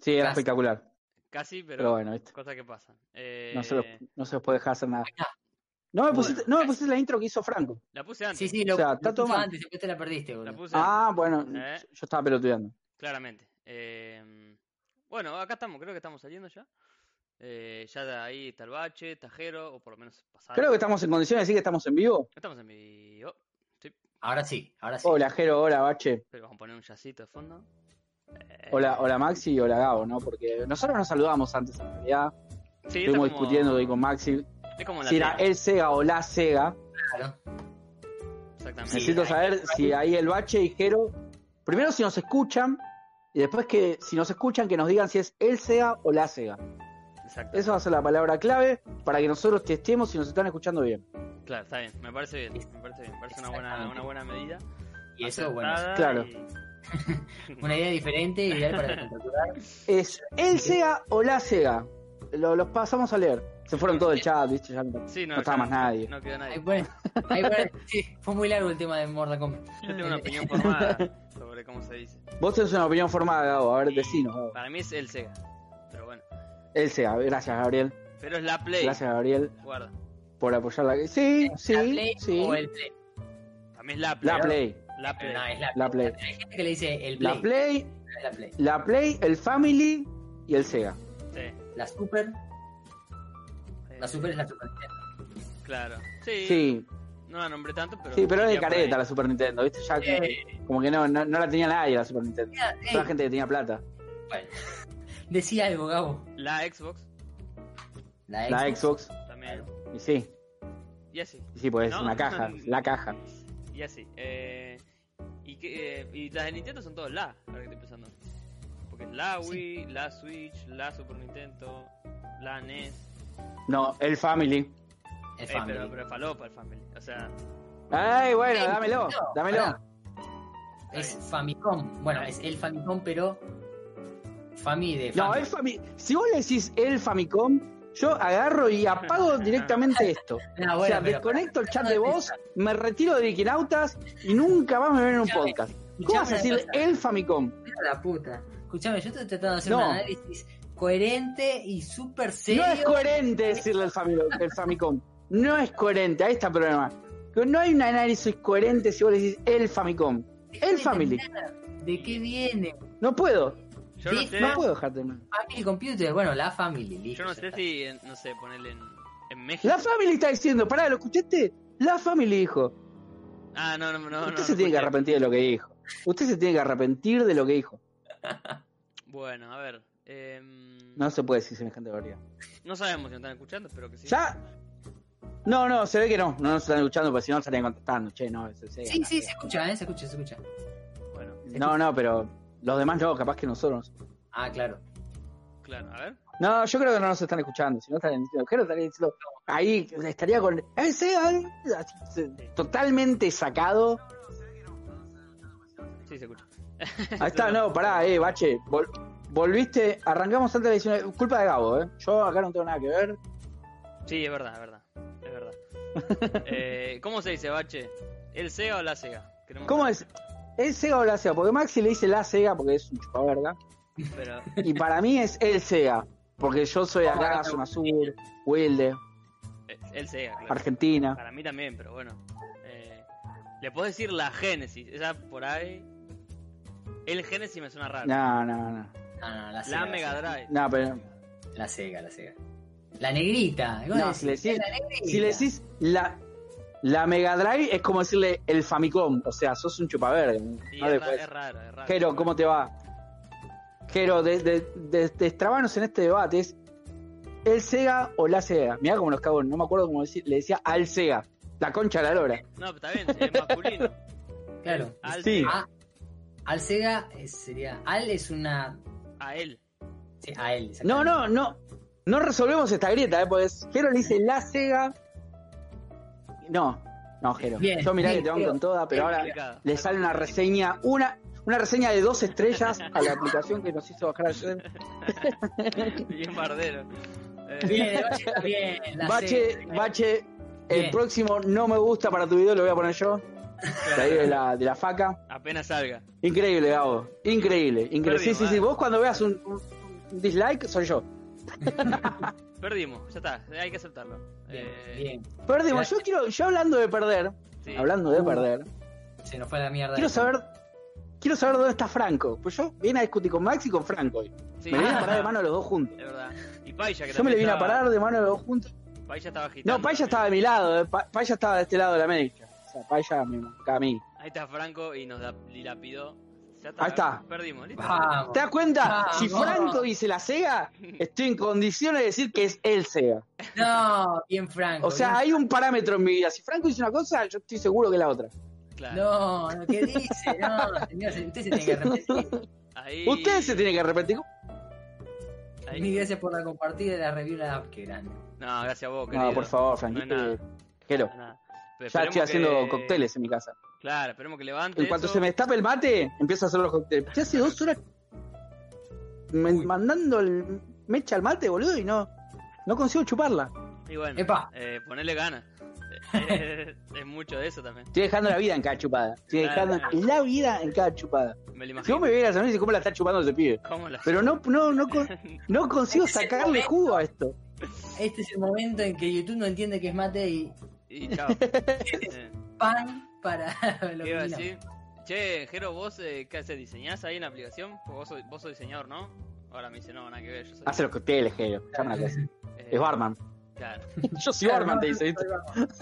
Sí, era Casi. espectacular. Casi, pero, Pero bueno, ¿viste? cosas que pasan. No, se los, Eh, no se los puede dejar hacer nada. No me, pusiste, no me pusiste la intro que hizo Franco. La puse antes, Sí, sí, lo, O sea, lo está puso todo mal. antes, después te la perdiste, la boludo. puse Ah, antes, bueno, Eh. yo estaba pelotudeando. claramente. Eh, bueno, acá estamos, creo que estamos saliendo ya. Eh, ya de ahí está el bache, tajero, o por lo menos pasado. Creo que estamos en condiciones, así que estamos en vivo. Estamos en oh, vivo, Ahora sí, ahora sí. Hola, Jero, hola, Bache. pero vamos a poner un yacito de fondo. Eh, Hola, hola Maxi y hola Gabo, ¿no? Porque nosotros nos saludamos antes, en realidad. Sí, está Estuvimos como- discutiendo hoy con Maxi Es como la si era tele, el Sega o la Sega. Claro. exactamente. Necesito ahí- saber si ahí el Bache y Jero. Primero, si nos escuchan. Y después, que si nos escuchan, que nos digan si es el Sega o la Sega. Exacto. Esa va a ser la palabra clave para que nosotros testemos si nos están escuchando bien. Claro, está bien, me parece bien, me parece bien, me parece una buena, una Exactamente. buena medida. Y eso, bueno, es acertada Claro. y- una idea diferente, ideal para descontracturar. Es el Sega o la Sega. Lo- los pasamos a leer. Se fueron todo el chat, ¿viste? Ya no- Sí, no, No estaba claro, más nadie. No quedó Ahí nadie. bueno, ahí bueno, sí, fue muy largo el tema de Mortal Kombat. Yo tengo una opinión formada sobre cómo se dice. Vos tenés una opinión formada, Gabo. A ver, Y decinos. Gabo. Para mí es el Sega. Pero bueno. El Sega. Gracias, Gabriel. Pero es la Play. Gracias, Gabriel, Guarda. por apoyar la. Sí, ¿La sí, Play sí. o el Play? También es la Play. La Play. La Play. No, es la, La Play. Hay gente que le dice el Play. La Play, no es La, Play. la Play, el Family y el Sega. Sí. La Super, Eh, la Super es la Super Nintendo. Claro. Sí, Sí, No la nombré tanto, pero. sí, pero es de iría por careta ahí. la Super Nintendo, ¿viste? Ya como, Eh, como que no, no, no la tenía nadie la Super Nintendo. mira, Toda eh, gente que tenía plata. decía algo, Gabo. La Xbox La La Xbox, también. y sí, Y así. y sí, pues es No. una caja, la caja. Y así. Eh, y, que, eh, y las de Nintendo son todas la. Ahora que estoy pensando. Porque es la Wii, la Switch, la Super Nintendo, la NES. No, el Family. el Eh, Family. pero, pero es falopa el Family. O sea, Ay, bueno, Ey, dámelo, no, dámelo. pará. Es Famicom. Bueno, es el Famicom, pero. Fami de No, Family. el Fami... Si vos le decís el Famicom, yo agarro y apago directamente esto. No, Ah, bueno, o sea, pero- desconecto el chat de voz, me retiro de Iquinautas y nunca más me ven en un Escuchame, podcast. ¿Cómo Escuchame vas a una decir cosa. el Famicom? la puta. Escuchame, yo estoy tratando de hacer No. un análisis coherente y súper serio. No es coherente decirle el, Fami- el Famicom. No es coherente, ahí está el problema. Que No hay un análisis coherente si vos le decís el Famicom. Dejá El de Family. terminar. ¿De qué viene? No puedo, yo no Sí, sé. no puedo dejarte. Family Computer, bueno, la Family. listo, Yo no ya sé está. si, en- no sé, ponerle en, en México. La Family está diciendo, pará, ¿lo escuchaste? La Family dijo. Ah, no, no, no. no, Usted no se tiene que escuché. arrepentir de lo que dijo. Usted se tiene que arrepentir de lo que dijo. Bueno, a ver. em, No se puede decir semejante barbaridad. no sabemos si nos están escuchando, espero que sí. ¿Ya? No, no, se ve que no. No nos están escuchando porque si no estarían contestando. Che, no, es el Sega, Sí, la sí, se Sega. escucha, ¿eh? Se escucha, se escucha. Bueno, No, no, pero los demás no, capaz que nosotros. Ah, claro. claro, a ver. No, yo creo que no nos están escuchando. Si no estarían diciendo, Jero estaría diciendo, ahí estaría con. "Eh, Sega, eh", así, se- totalmente sacado. Sí, se escucha. Ahí está, no, pará, eh, bache. vol- volviste, arrancamos antes de la 19. Culpa de Gabo, eh. Yo acá no tengo nada que ver. Sí, es verdad, es verdad. Es verdad. Eh, ¿Cómo se dice, Bache? ¿El Sega o la Sega? Queremos ¿Cómo saber, es? ¿Es Sega o la Sega? Porque Maxi le dice la Sega porque es un chupaverga. Pero, Y para mí es el Sega. Porque yo soy acá, zona sur, Wilde, eh, el Sega, claro. Argentina. Para mí también, pero bueno. Eh, Le puedo decir la Génesis, esa por ahí. El Génesis me suena raro. No, no, no. No, no, la Sega. la la Mega Sega. Drive. No, pero. La Sega, la Sega. La negrita. ¿Vos No, decís, si le decís- la negrita. Si le decís la, la Mega Drive, es como decirle el Famicom. O sea, sos un chupaverga. Sí, No le es, ra- podés- es raro, es raro. Jero, ¿cómo te va? Jero, de, de, de- destrabanos en este debate es el Sega o la Sega. Mirá cómo los cago, no me acuerdo cómo deci- le decía al Sega. La concha de la lora. No, pero está bien, es masculino. Claro. Al, Sí. Ah, al Sega es- sería. Al es una. A él. sí, a él. No, no, no. No resolvemos esta grieta, ¿eh? Porque Jero le dice la Sega. No, no, Jero. Bien, Yo mirá bien, que te van Jero. con toda, pero ahora Complicado. le sale una reseña, una, una reseña de dos estrellas a la aplicación que nos hizo bajar ayer. Bien bardero. Eh, Bien, Bache, bien. la Bache, Sega. Bache, el Bien. próximo no me gusta para tu video lo voy a poner yo. De ahí de la, de la faca. apenas salga. Increíble, Gabo. Increíble. increíble. Sí, Perdido, sí, sí. eh. Vos cuando veas un, un- un dislike, soy yo. Perdimos, ya está, hay que aceptarlo. Bien, Eh, bien. Perdimos. Yo quiero, yo hablando de perder, sí. hablando de perder, Se nos fue a la mierda. quiero saber, quiero saber dónde está Franco. Pues yo vine a discutir con Max y con Franco hoy. Sí, Me vine a ah, parar de mano a los dos juntos. Es verdad. Y Paisa que Yo me le también vine a estaba- parar de mano a los dos juntos. Paisa estaba agitando. No, Paya estaba de mi lado, eh. Pa- Paya estaba de este lado de la médica. O sea, Paya me marca a mí. Ahí está Franco y nos da, y la pidió. Ya Ahí está. Perdimos, listo. Vamos. ¿Te das cuenta? Ah, Si no. Franco dice la Sega, estoy en condiciones de decir que es el Sega. No, bien Franco. O sea, bien- hay un parámetro en mi vida. Si Franco dice una cosa, yo estoy seguro que la otra. Claro. No, no, ¿qué dice? No, señor, se- usted se tiene que arrepentir. Ahí, Usted se tiene que repetir. ahí- Mil gracias por la compartida y la review. La... Qué grande. No, gracias a vos, querido. No, por favor, Franquito. No es Jero, Nada. Pero ya esperemos estoy haciendo que- cócteles en mi casa. Claro, esperemos que levante. En cuanto eso. se me destape el mate, empiezo a hacer los cócteles. Ya hace dos horas me- mandando el mecha al mate, boludo, y no, no consigo chuparla. Y bueno, Epa. Eh, ponerle ganas. Eh, es mucho de eso también. Estoy dejando la vida en cada chupada. Estoy dejando Claro. la vida en cada chupada. Me lo Si imagino. vos me vieras a mí, cómo la está chupando ese pibe. ¿Cómo la Pero no, no, no, con- no consigo sacarle jugo a esto. Este es el momento en que YouTube no entiende que es mate y Y chao. Eh, pan para lo ¿Qué iba a que decir? Che, Jero, ¿vos eh, qué haces? ¿Diseñás ahí en la aplicación? Porque vos, sos- vos sos diseñador, ¿no? Ahora me dice, no, nada que ver. Yo soy, Hace los cócteles, Jero. Llama la cosa. eh, Es barman. Claro, Yo soy barman, te dice. ¿viste?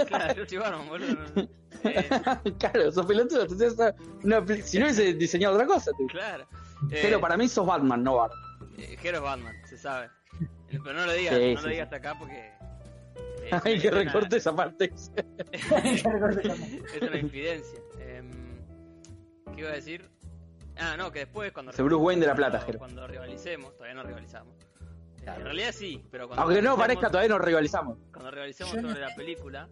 claro, yo soy barman, boludo. no, no. Eh, Claro, sos pelotudo. entonces esa- no, si no hubiese diseñado otra cosa, te- claro. Eh, Pero para mí sos Batman, no Batman. eh, Jero es Batman, se sabe. Eh, Pero no lo digas, Sí, no sí, lo sí. digas hasta acá porque... eh, Hay que es una- recorte esa parte. Es una infidencia. Em, ¿Qué iba a decir? Ah, no, que después cuando... Es el Bruce Wayne de La Plata, cuando, Jero. cuando rivalicemos, todavía no rivalizamos. Eh, Claro. En realidad sí, pero cuando... Aunque no rivalicemos- parezca, todavía nos rivalizamos. cuando realizamos Yo no sobre la película,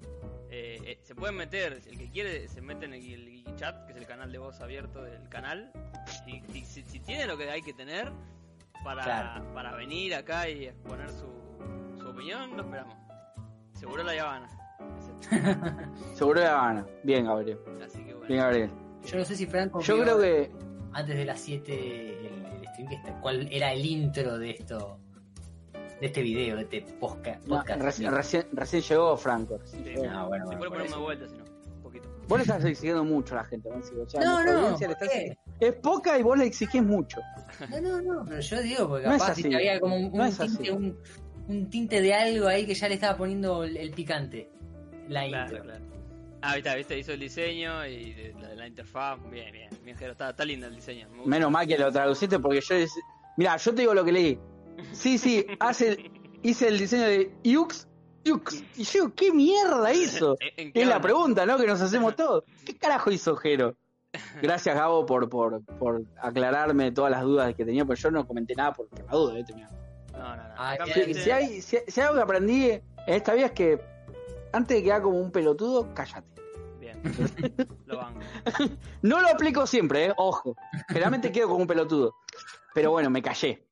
eh, eh, se pueden meter, el que quiere se mete en el, el chat, que es el canal de voz abierto del canal, y, y si, si tiene lo que hay que tener para, Claro. para venir acá y exponer su, su opinión, lo esperamos. Seguro la Habana. Seguro que gana. Bien, Gabriel. Así que bueno. Bien, Gabriel. Yo no sé si Franco. Yo vio creo que Antes de las 7, el, el stream que está- ¿Cuál era el intro de esto? De este video, de este posca- no, podcast. reci- recién, recién llegó Franco. recién Sí, llegó. no, Ah, bueno, Se bueno, puede por poner una eso. vuelta, si no. Un poquito. Vos le estás exigiendo mucho a la gente. Maxi, o sea, No, nuestra no, audiencia le ¿por estás- qué? Es poca y vos le exigís mucho. no, no, no, pero yo digo, porque No es capaz así. si había como un, un No es así. tinte, un, un tinte de algo ahí que ya le estaba poniendo el, el picante. La Claro, intro. claro. Ah, ahí está, viste, hizo el diseño y de- la, la interfaz. Bien, bien, bien, Jero. Está, está lindo el diseño. me gusta. Menos mal que lo traduciste porque yo... es- Mirá, yo te digo lo que leí. Sí, sí, hace, hice el diseño de Yux, Yux. Y yo, ¿qué mierda hizo? ¿En- en qué Es la onda? pregunta, ¿no? Que nos hacemos todos. ¿Qué carajo hizo Jero? Gracias, Gabo, por, por, por aclararme todas las dudas que tenía, pero yo no comenté nada por, por la duda. ¿viste? Mirá. No, no, no. Ay, Acá me Si, Ah, Sí, dice- si hay, si, si hay algo que aprendí en esta vida es que antes de quedar como un pelotudo, cállate. Bien, lo banco. No lo aplico siempre, ¿eh? ojo. Generalmente quedo como un pelotudo. Pero bueno, me callé.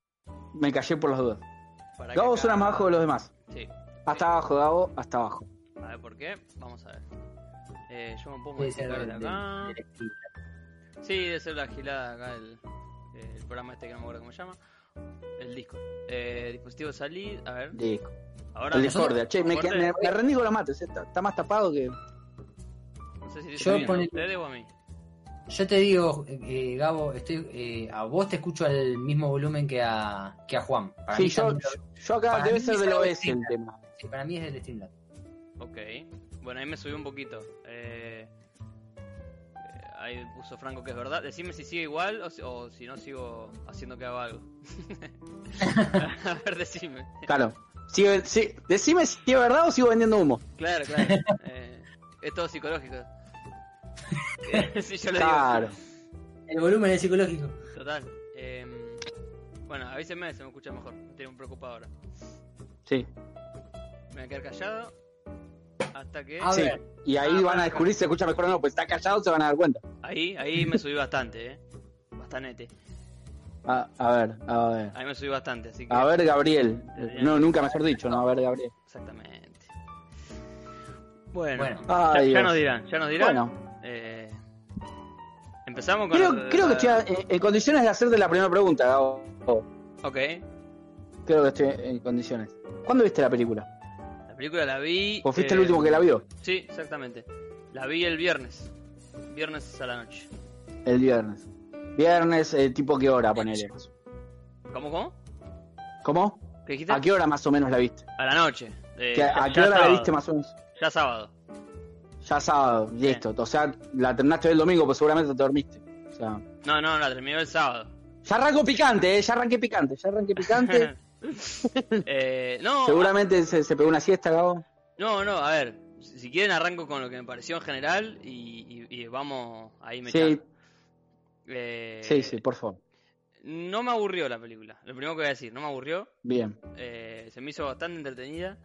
Me callé por las dudas. Para que Gabo acá- suena más bajo de los demás. Sí, Hasta abajo, Gabo, hasta abajo. a ver por qué. Vamos a ver. Eh, yo me pongo Puede el ser celular del, de del, acá. del estilo. Sí, debe ser la gilada acá, el, el programa este que no me acuerdo cómo se llama. El disco. Eh, dispositivo salir, a ver. Disco. Ahora El nosotros- Discordia. Che, me, me- Discordia, me rendí con los mates. ¿eh? Está, está más tapado que. No sé si Yo yo bien, pone- a ustedes o a mí. Yo te digo, eh, Gabo, estoy, eh, a vos te escucho al mismo volumen que a, que a Juan. Para Sí, mí yo, están- yo acá para debe mí ser es del algo OS el distinto. tema. sí, para mí es el Streamlab. Ok. Bueno, ahí me subí un poquito. Eh, eh, ahí puso Franco que es verdad. Decime si sigue igual o si, o si no sigo haciendo que haga algo. a ver, decime. Claro. Sigue- sí, decime si es verdad o sigo vendiendo humo. Claro, claro. Eh, es todo psicológico. Eh, sí, yo lo digo. Claro. El volumen es psicológico. Total. em, bueno, avísenme, se me escucha mejor. Me tengo un preocupado ahora. Sí. Me voy a quedar callado hasta que... A sí. ver. Y ahí Ah, van para. a descubrir si se escucha mejor o no, pues está callado, se van a dar cuenta. Ahí, ahí me subí bastante, eh. Bastanete. A, a ver, a ver. Ahí me subí bastante, así que... A ver, Gabriel. No, nunca mejor dicho, no, a ver, Gabriel. Exactamente. Bueno, Bueno. ya, Ay, ya Dios. nos dirán, ya nos dirán. Bueno, Eh, empezamos con... creo, la- creo que la- estoy en, en condiciones de hacerte la primera pregunta, Gabo. Ok. Creo que estoy en condiciones. ¿Cuándo viste la película? La película la vi... ¿O fuiste eh, el último que la vio? Sí, exactamente. La vi el viernes. Viernes a la noche. El viernes. Viernes, eh, tipo qué hora, ponele. Eh, ¿Cómo, cómo? ¿Cómo? ¿Qué dijiste? ¿A qué hora más o menos la viste? A la noche. Eh, ¿Que ¿A, ya- a qué ya hora la sábado. viste más o menos? Ya sábado. Ya sábado, listo. O sea, la terminaste el domingo, pues seguramente te dormiste. O sea, No, no, la terminó el sábado. ya arranco picante, eh, ya arranqué picante, ya arranqué picante. Eh, no, Seguramente se, se pegó una siesta, Gabo. no, no, a ver. Si si quieren arranco con lo que me pareció en general y, y- y vamos ahí me Sí, eh, sí, sí, por favor. No me aburrió la película. Lo primero que voy a decir, no me aburrió. Bien. Eh, se me hizo bastante entretenida.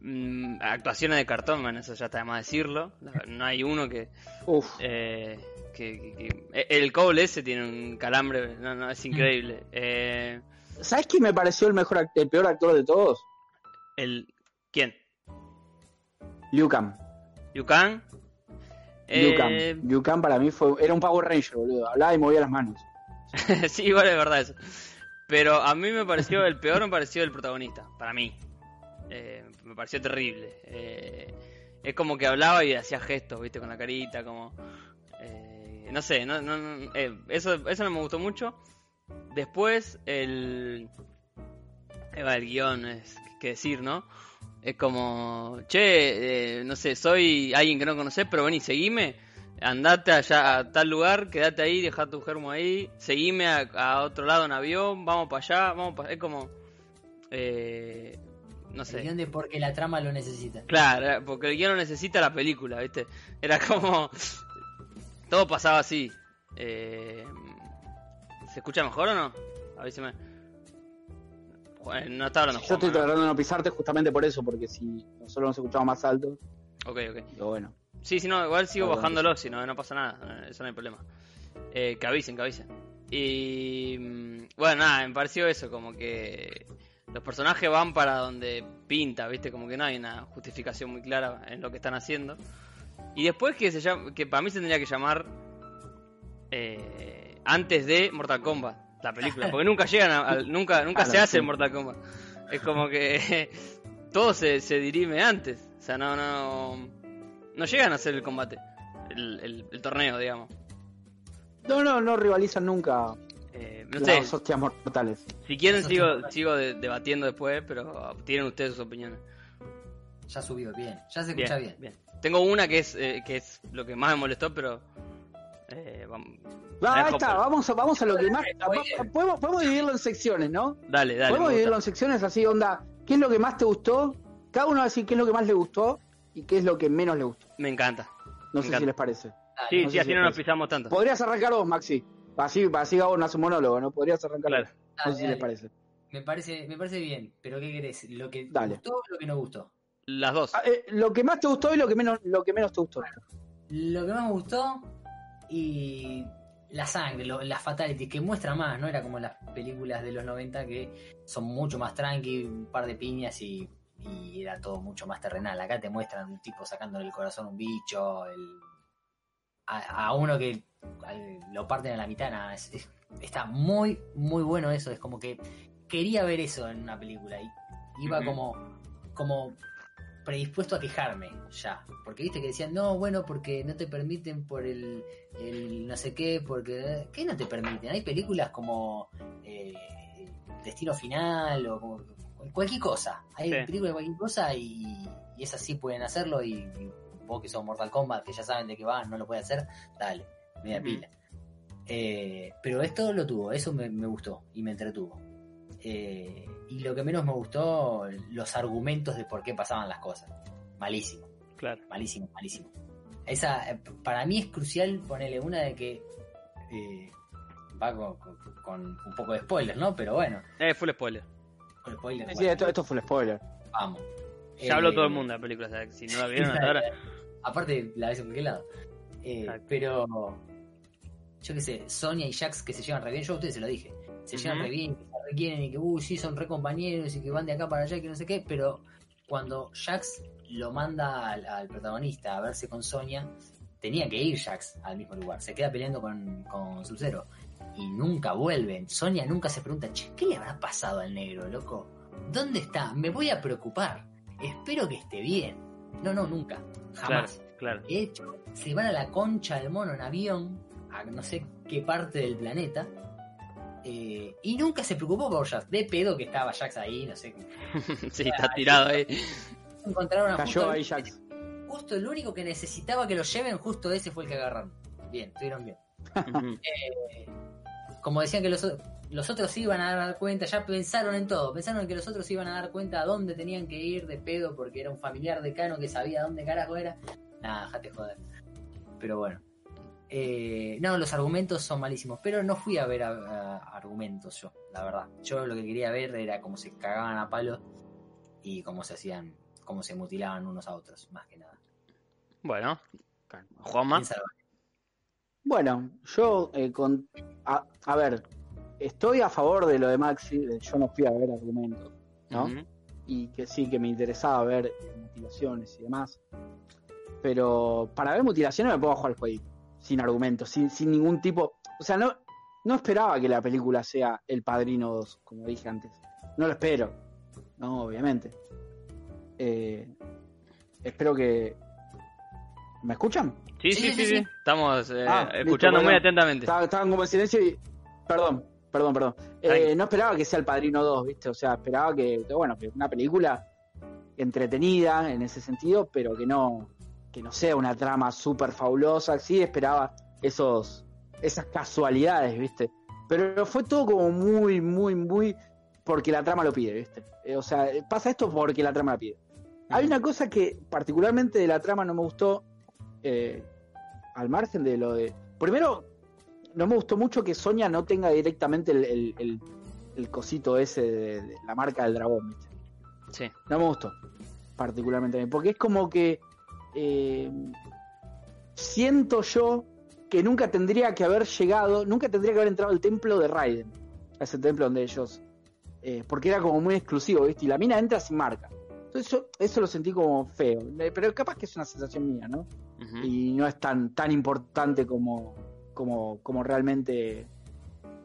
Mm, actuaciones de cartón, bueno, eso ya está de más decirlo. La- No hay uno que, Uf, Eh, que, que- que- eh, El Cole ese tiene un calambre, no, no, es increíble. Eh, ¿sabes quién me pareció el mejor, act- el peor actor de todos? el ¿Quién? Liu Kang. ¿Yukan? Eh, Liu Kang. Liu Kang para mí fue, era un Power Ranger, boludo. Hablaba y movía las manos. sí, igual es verdad eso. Pero a mí me pareció, el peor me pareció el protagonista, para mí. Eh, me pareció terrible. Eh, es como que hablaba y hacía gestos, viste, con la carita, como... eh, no sé, no, no, no, eh, eso, eso no me gustó mucho. Después, el... eh, va, el guión, es que decir, ¿no? Es como, che, eh, no sé, soy alguien que no conocés, pero vení, seguime andate allá a tal lugar, quédate ahí, deja tu germo ahí, seguime a, a otro lado en avión, vamos para allá, vamos para... Es como... eh, no El sé. guión de porque la trama lo necesita. Claro, era- porque el guión lo necesita la película, ¿viste? Era como... Todo pasaba así. Eh, ¿Se escucha mejor o no? Avíseme. Bueno, No está hablando Yo estoy Juanma, tratando de no pisarte justamente por eso, porque si nosotros nos escuchamos más alto, ¿no? Ok, ok. digo, bueno. Sí, sí, no, igual sigo Perdón. bajándolo, si no, no pasa nada, eh, eso no hay problema. Eh, que avisen, que avisen. Y mm, bueno, nada, me pareció eso, como que los personajes van para donde pinta, ¿viste? Como que no hay una justificación muy clara en lo que están haciendo. Y después que se llama, que para mí se tendría que llamar eh, antes de Mortal Kombat, la película, porque nunca llegan a- al- nunca nunca Claro, se hace sí. el Mortal Kombat. Es como que todo se, se dirime antes, o sea, no no no llegan a hacer el combate, el, el- el torneo, digamos. No, no, no rivalizan nunca Eh, no sé, las hostias mortales. si quieren Eso sigo está- sigo de- debatiendo después, pero tienen ustedes sus opiniones. Ya subió, bien. Ya se escucha bien. Tengo una que es eh, que es lo que más me molestó, pero eh, vam- Va, la ahí dejo está, por- vamos, a- vamos a lo que más... Está muy bien. Podemos, podemos dividirlo en secciones, ¿no? Dale, dale. podemos me dividirlo gusta. en secciones así, onda, ¿qué es lo que más te gustó? Cada uno va a decir qué es lo que más le gustó y qué es lo que menos le gustó. Me encanta. No Me sé encanta. si les parece. Dale, Sí, no sí, sé así si no nos parece. pisamos tanto. Podrías arrancar vos, Maxi. Así, así Gabo no hace un monólogo, ¿no? Podrías arrancar Claro. vos. No Ah, dale, sé si les dale. parece. Me parece, me parece bien, pero ¿qué querés? ¿Lo que Dale. gustó o lo que no gustó? Las dos. Ah, eh, lo que más te gustó y lo que menos, lo que menos te gustó. Lo que más me gustó y la sangre, lo- las fatalities, que muestra más, ¿no? Era como las películas de los 90 que son mucho más tranqui, un par de piñas y, y era todo mucho más terrenal. Acá te muestran un tipo sacándole el corazón a un bicho, el- a, a uno que al- lo parten a la mitad. nada, es- es- está muy, muy bueno eso. Es como que quería ver eso en una película y iba Ujú. como, como predispuesto a quejarme ya. Porque viste que decían, no, bueno, porque no te permiten por el, el no sé qué, porque... ¿Qué no te permiten? Hay películas como eh, Destino Final o como cualquier cosa. Hay Sí. películas de cualquier cosa y, y esas sí pueden hacerlo y, y vos que sos Mortal Kombat, que ya saben de qué va, no lo puede hacer, dale, media Ujú. pila. Eh, pero esto lo tuvo, eso me, me gustó y me entretuvo. Eh, y lo que menos me gustó, los argumentos de por qué pasaban las cosas. Malísimo Claro. malísimo, malísimo. Esa, eh, para mí es crucial ponerle una de que eh, va con, con- con un poco de spoiler, ¿no? Pero bueno, Eh, full spoiler. con spoiler, Sí, bueno, esto, esto fue un spoiler. vamos. Eh, Ya habló todo el mundo de la película, o sea, si no la vieron hasta ahora. Aparte, la ves en cualquier lado. Eh, Exacto. pero, yo qué sé, Sonia y Jax que se llevan re bien, yo a ustedes se lo dije. Se llevan Ujú. re bien, que se requieren y que, uy, sí, son re compañeros y que van de acá para allá y que no sé qué, pero cuando Jax lo manda al, al protagonista a verse con Sonia, tenía que ir Jax al mismo lugar. Se queda peleando con, con Sub-Zero y nunca vuelven. Sonia nunca se pregunta, che, ¿qué le habrá pasado al negro, loco? ¿Dónde está? Me voy a preocupar. Espero que esté bien. No, no, nunca. Claro, Jamás. claro. De hecho, se van a la concha del mono en avión, a no sé qué parte del planeta, eh, y nunca se preocupó por Jax. De pedo que estaba Jax ahí, no sé. sí, está tirado ahí. Encontraron a Cayó justo, ahí Jax. justo el único que necesitaba que lo lleven, justo ese fue el que agarraron. Bien, estuvieron bien. Ujú. Como decían que los, o- los otros se iban a dar cuenta, ya pensaron en todo. Pensaron en que los otros se iban a dar cuenta a dónde tenían que ir de pedo porque era un familiar de Cano que sabía dónde carajo era. Nah, jate joder. Pero bueno. Eh, no, los argumentos son malísimos. Pero no fui a ver a- a- argumentos yo, la verdad. Yo lo que quería ver era cómo se cagaban a palos y cómo se hacían, cómo se mutilaban unos a otros, más que nada. Bueno, Juanma. Bien salvaje. Bueno, yo eh, con. A, a ver, estoy a favor de lo de Maxi. de Yo no fui a ver argumentos. ¿No? Ujú. y que sí que me interesaba ver mutilaciones y demás. Pero para ver mutilaciones me puedo jugar el jueguito, sin argumentos, sin, sin ningún tipo. O sea, no, no esperaba que la película sea El Padrino 2, como dije antes. No lo espero, no, obviamente. Eh, espero que. ¿Me escuchan? Sí, sí, sí, sí. Estamos eh, Ah, listo, escuchando bueno. muy atentamente. Estaba- Estaban como en silencio y. Perdón, perdón, perdón. Eh, Tranqui. no esperaba que sea el Padrino 2, ¿viste? O sea, esperaba que. Bueno, que una película entretenida en ese sentido, pero que no. Que no sea una trama súper fabulosa. Sí, esperaba esos. Esas casualidades, ¿viste? Pero fue todo como muy, muy, muy. Porque la trama lo pide, ¿viste? Eh, o sea, pasa esto porque la trama la pide. Hay una cosa que particularmente de la trama no me gustó. eh, al margen de lo de. Primero, no me gustó mucho que Sonia no tenga directamente el, el- el- el cosito ese de, de la marca del dragón, ¿viste? Sí. No me gustó, particularmente a mí, porque es como que eh, siento yo que nunca tendría que haber llegado, nunca tendría que haber entrado al templo de Raiden, a ese templo donde ellos, eh, porque era como muy exclusivo, ¿viste? Y la mina entra sin marca. Entonces yo eso lo sentí como feo, eh, pero capaz que es una sensación mía, ¿no? Ujú. y no es tan tan importante como como, como realmente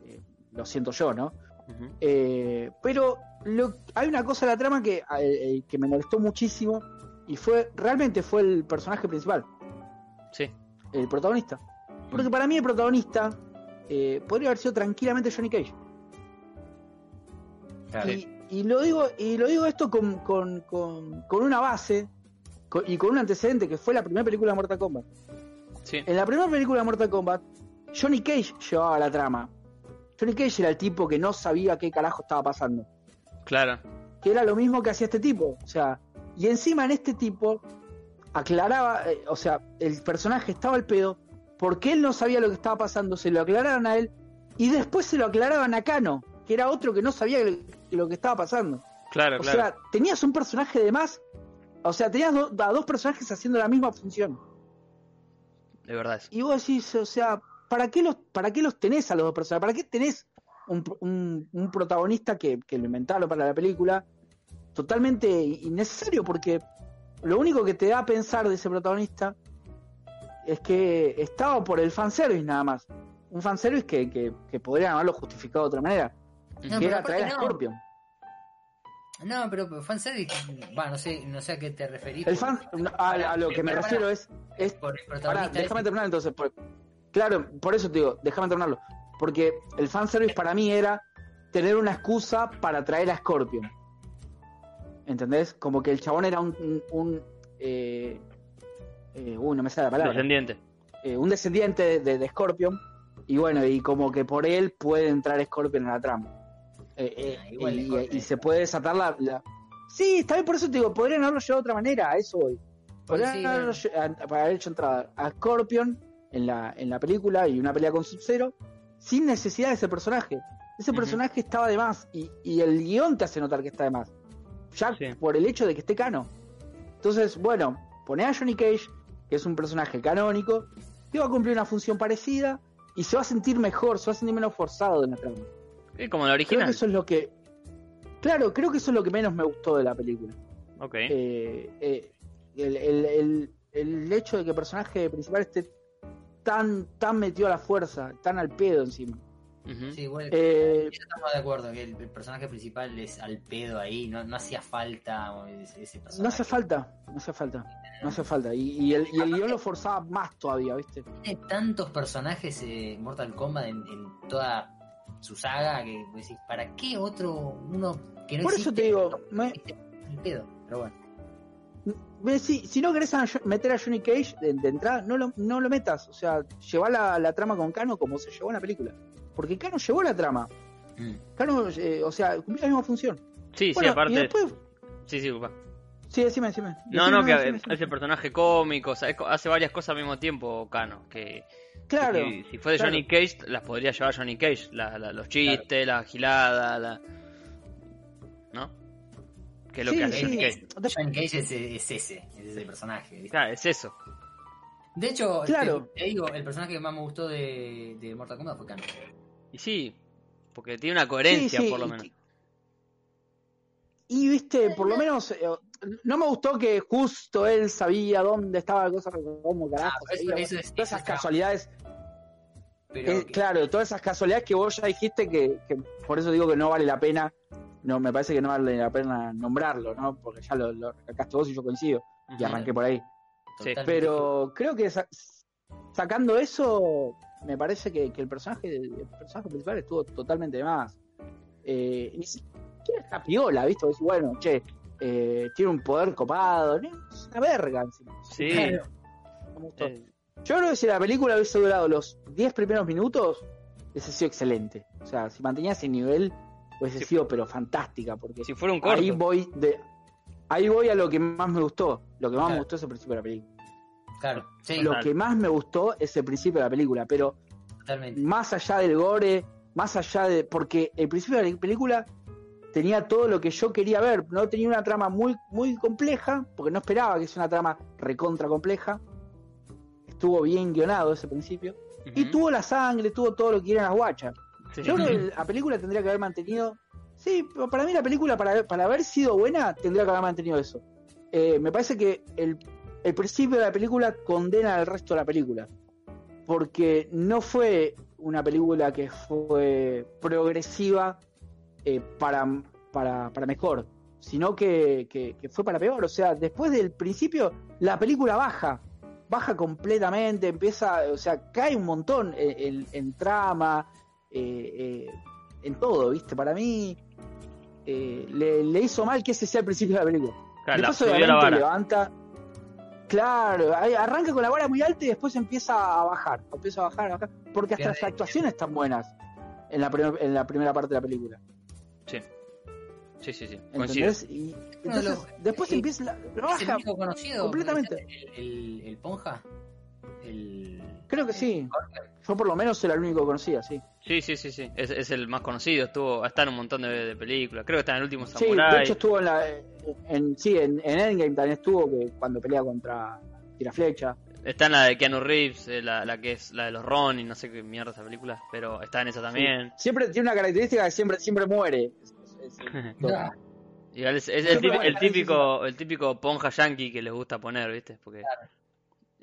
eh, lo siento yo, ¿no? Ujú. Eh, pero lo- hay una cosa de la trama que, eh, eh, que me molestó muchísimo y fue realmente fue el personaje principal, Sí. el protagonista. Porque para mí el protagonista eh, podría haber sido tranquilamente Johnny Cage. Y, y lo digo y lo digo esto con, con- con- con una base con- y con un antecedente que fue la primera película de Mortal Kombat. Sí. En la primera película de Mortal Kombat, Johnny Cage llevaba la trama. Johnny Cage era el tipo que no sabía qué carajo estaba pasando. Claro. Que era lo mismo que hacía este tipo. O sea, y encima en este tipo aclaraba, eh, o sea, el personaje estaba al pedo porque él no sabía lo que estaba pasando, se lo aclararon a él y después se lo aclaraban a Kano, que era otro que no sabía lo- lo que estaba pasando. Claro, O claro. sea, tenías un personaje de más. O sea, tenías do- a dos personajes haciendo la misma función. De verdad eso. Y vos decís, o sea, ¿para qué los, para qué los tenés a los dos personajes? ¿Para qué tenés un, un- un protagonista que, que lo inventaron para la película totalmente innecesario? Porque lo único que te da a pensar de ese protagonista es que estaba por el fanservice nada más. Un fanservice que, que, que podrían haberlo justificado de otra manera. No, pero que era aparte traer a no. Scorpion. No, pero fanservice, va, no sé, no sé a qué te referís. El fan, a, a lo que me Pará, refiero es, es por el Pará, protagonista. este déjame terminar entonces. por- Claro, por eso te digo, déjame terminarlo. Porque el fanservice para mí era tener una excusa para traer a Scorpion. ¿Entendés? Como que el chabón era un. un- un, eh, eh, uy, no me sale la palabra, Descendiente. eh, un descendiente de, de- de Scorpion, y bueno, y como que por él puede entrar Scorpion en la trama. Eh, eh, Ah, igual y, Scorpion y está. se puede desatar la, la- Sí, está bien, por eso te digo, podrían haberlo llevado de otra manera, a eso voy. Podrían Sí, haberlo no. lle- a- para haber hecho entrar a Scorpion en la, en la película y una pelea con Sub-Zero sin necesidad de ese personaje. Ese Ujú. personaje estaba de más y, y el guión te hace notar que está de más. Ya Sí. por el hecho de que esté Cano. Entonces, bueno, pone a Johnny Cage, que es un personaje canónico, que va a cumplir una función parecida y se va a sentir mejor, se va a sentir menos forzado en la trama. Eh, como la Creo que original. eso es lo que. Claro, creo que eso es lo que menos me gustó de la película. Ok. Eh, eh, el, el- el- el hecho de que el personaje principal esté tan, tan metido a la fuerza, tan al pedo encima. Ujú. Sí, igual. Eh, Yo estamos de acuerdo que el, el personaje principal es al pedo ahí, no, no hacía falta ese, ese personaje. no hace falta, no hace falta, no hace falta. Y, y el, y el guión lo forzaba más todavía, ¿viste? Tiene tantos personajes eh, Mortal Kombat en, en toda su saga que vos decís, ¿para qué otro uno que no Por eso te existe? digo, me- El pedo, pero bueno. Ve, Si, si no querés a Jo- meter a Johnny Cage de, de entrada, no lo, no lo metas. O sea, lleva la, la trama con Cano como se llevó en la película. Porque Cano llevó la trama. Mm. Cano, eh, o sea, cumplió la misma función. Sí, Bueno, sí, y aparte. después. Sí, sí, va. Sí, decime, decime. No, Decime, no, que decime, eh, decime. hace personaje cómico, o sea, es co- hace varias cosas al mismo tiempo, Cano. Que, Claro. que si fue de claro. Johnny Cage, las podría llevar Johnny Cage. la- la- los chistes, la gilada, la. ¿No? Que es lo Sí, que hace sí. Johnny Cage. De- Johnny Cage es, es ese, es ese personaje. ¿viste? Claro, es eso. De hecho, Claro. te, te digo, el personaje que más me gustó de, de Mortal Kombat fue Kano. Y sí, porque tiene una coherencia, Sí, sí, por lo y menos. que- Y viste, por lo menos. eh, no me gustó que justo él sabía dónde estaba la cosa, cómo carajo. Ah, eso- sabía, eso es- todas eso esas es- casualidades. Pero Eh, que- claro, todas esas casualidades que vos ya dijiste que, que por eso digo que no vale la pena, no me parece que no vale la pena nombrarlo, ¿no? Porque ya lo, lo recalcaste vos y yo coincido, y Ujú. arranqué por ahí. Sí, totalmente- Pero creo que sa- sacando eso, me parece que, que el personaje el personaje principal estuvo totalmente de más. Eh, ni siquiera está piola, ¿viste? Vos decís, bueno, che, eh, tiene un poder copado, ¿no? es una verga encima. Sí, Claro. No me gustó. eh, Yo creo que si la película hubiese durado los 10 primeros minutos, hubiese sido excelente. O sea, si mantenía ese nivel, hubiese Sí. sido pero fantástica, porque si fuera un corto. ahí voy de ahí voy a lo que más me gustó. Lo que más me Claro. gustó es el principio de la película. Claro, sí, Lo Total. que más me gustó es el principio de la película, pero totalmente. más allá del gore, más allá de. Porque el principio de la película tenía todo lo que yo quería ver. No tenía una trama muy, muy compleja, porque no esperaba que sea una trama recontra compleja. Estuvo bien guionado ese principio. Y Ujú. tuvo la sangre, tuvo todo lo que eran las guachas. Sí. Yo creo que la película tendría que haber mantenido. Sí, pero para mí la película, para, para haber sido buena, tendría que haber mantenido eso. Eh, me parece que el, el principio de la película condena al resto de la película. Porque no fue una película que fue progresiva eh, para, para, para mejor, sino que, que- que fue para peor. O sea, después del principio, la película baja. Baja completamente, empieza, o sea, cae un montón en- en- en trama, eh, eh, en todo, ¿viste? Para mí eh, le, le hizo mal que ese sea el principio de la película. Claro, Ah, la después subió la obviamente vara. levanta. Claro, ahí arranca con la vara muy alta y después empieza a bajar, empieza a bajar, a bajar, porque hasta Pierde- las actuaciones están buenas en la, prim- en la primera parte de la película. Sí. Sí, sí, sí. Coincido. ¿Entendés? Y Uno de entonces, los- después eh, empieza la, la ¿Es el baja. único conocido? completamente. El, el, el Ponja. El. Creo que sí. Yo por lo menos era el único que conocía, sí. Sí, sí, sí, sí. Es, es el más conocido. Estuvo, está en un montón de, de películas. Creo que está en el último Sí, Samurai. de hecho estuvo en la. En, sí, en, en Endgame también estuvo que cuando pelea contra Tiraflecha. Está en la de Keanu Reeves, eh, la, la que es la de los Ron y no sé qué mierda esa película. Pero está en esa también. Siempre tiene una característica que siempre, siempre muere. Es- es- es- Claro, Y es, es Pero el, típico, bueno, el sí, sí, típico el típico ponja yankee que les gusta poner, ¿viste? Porque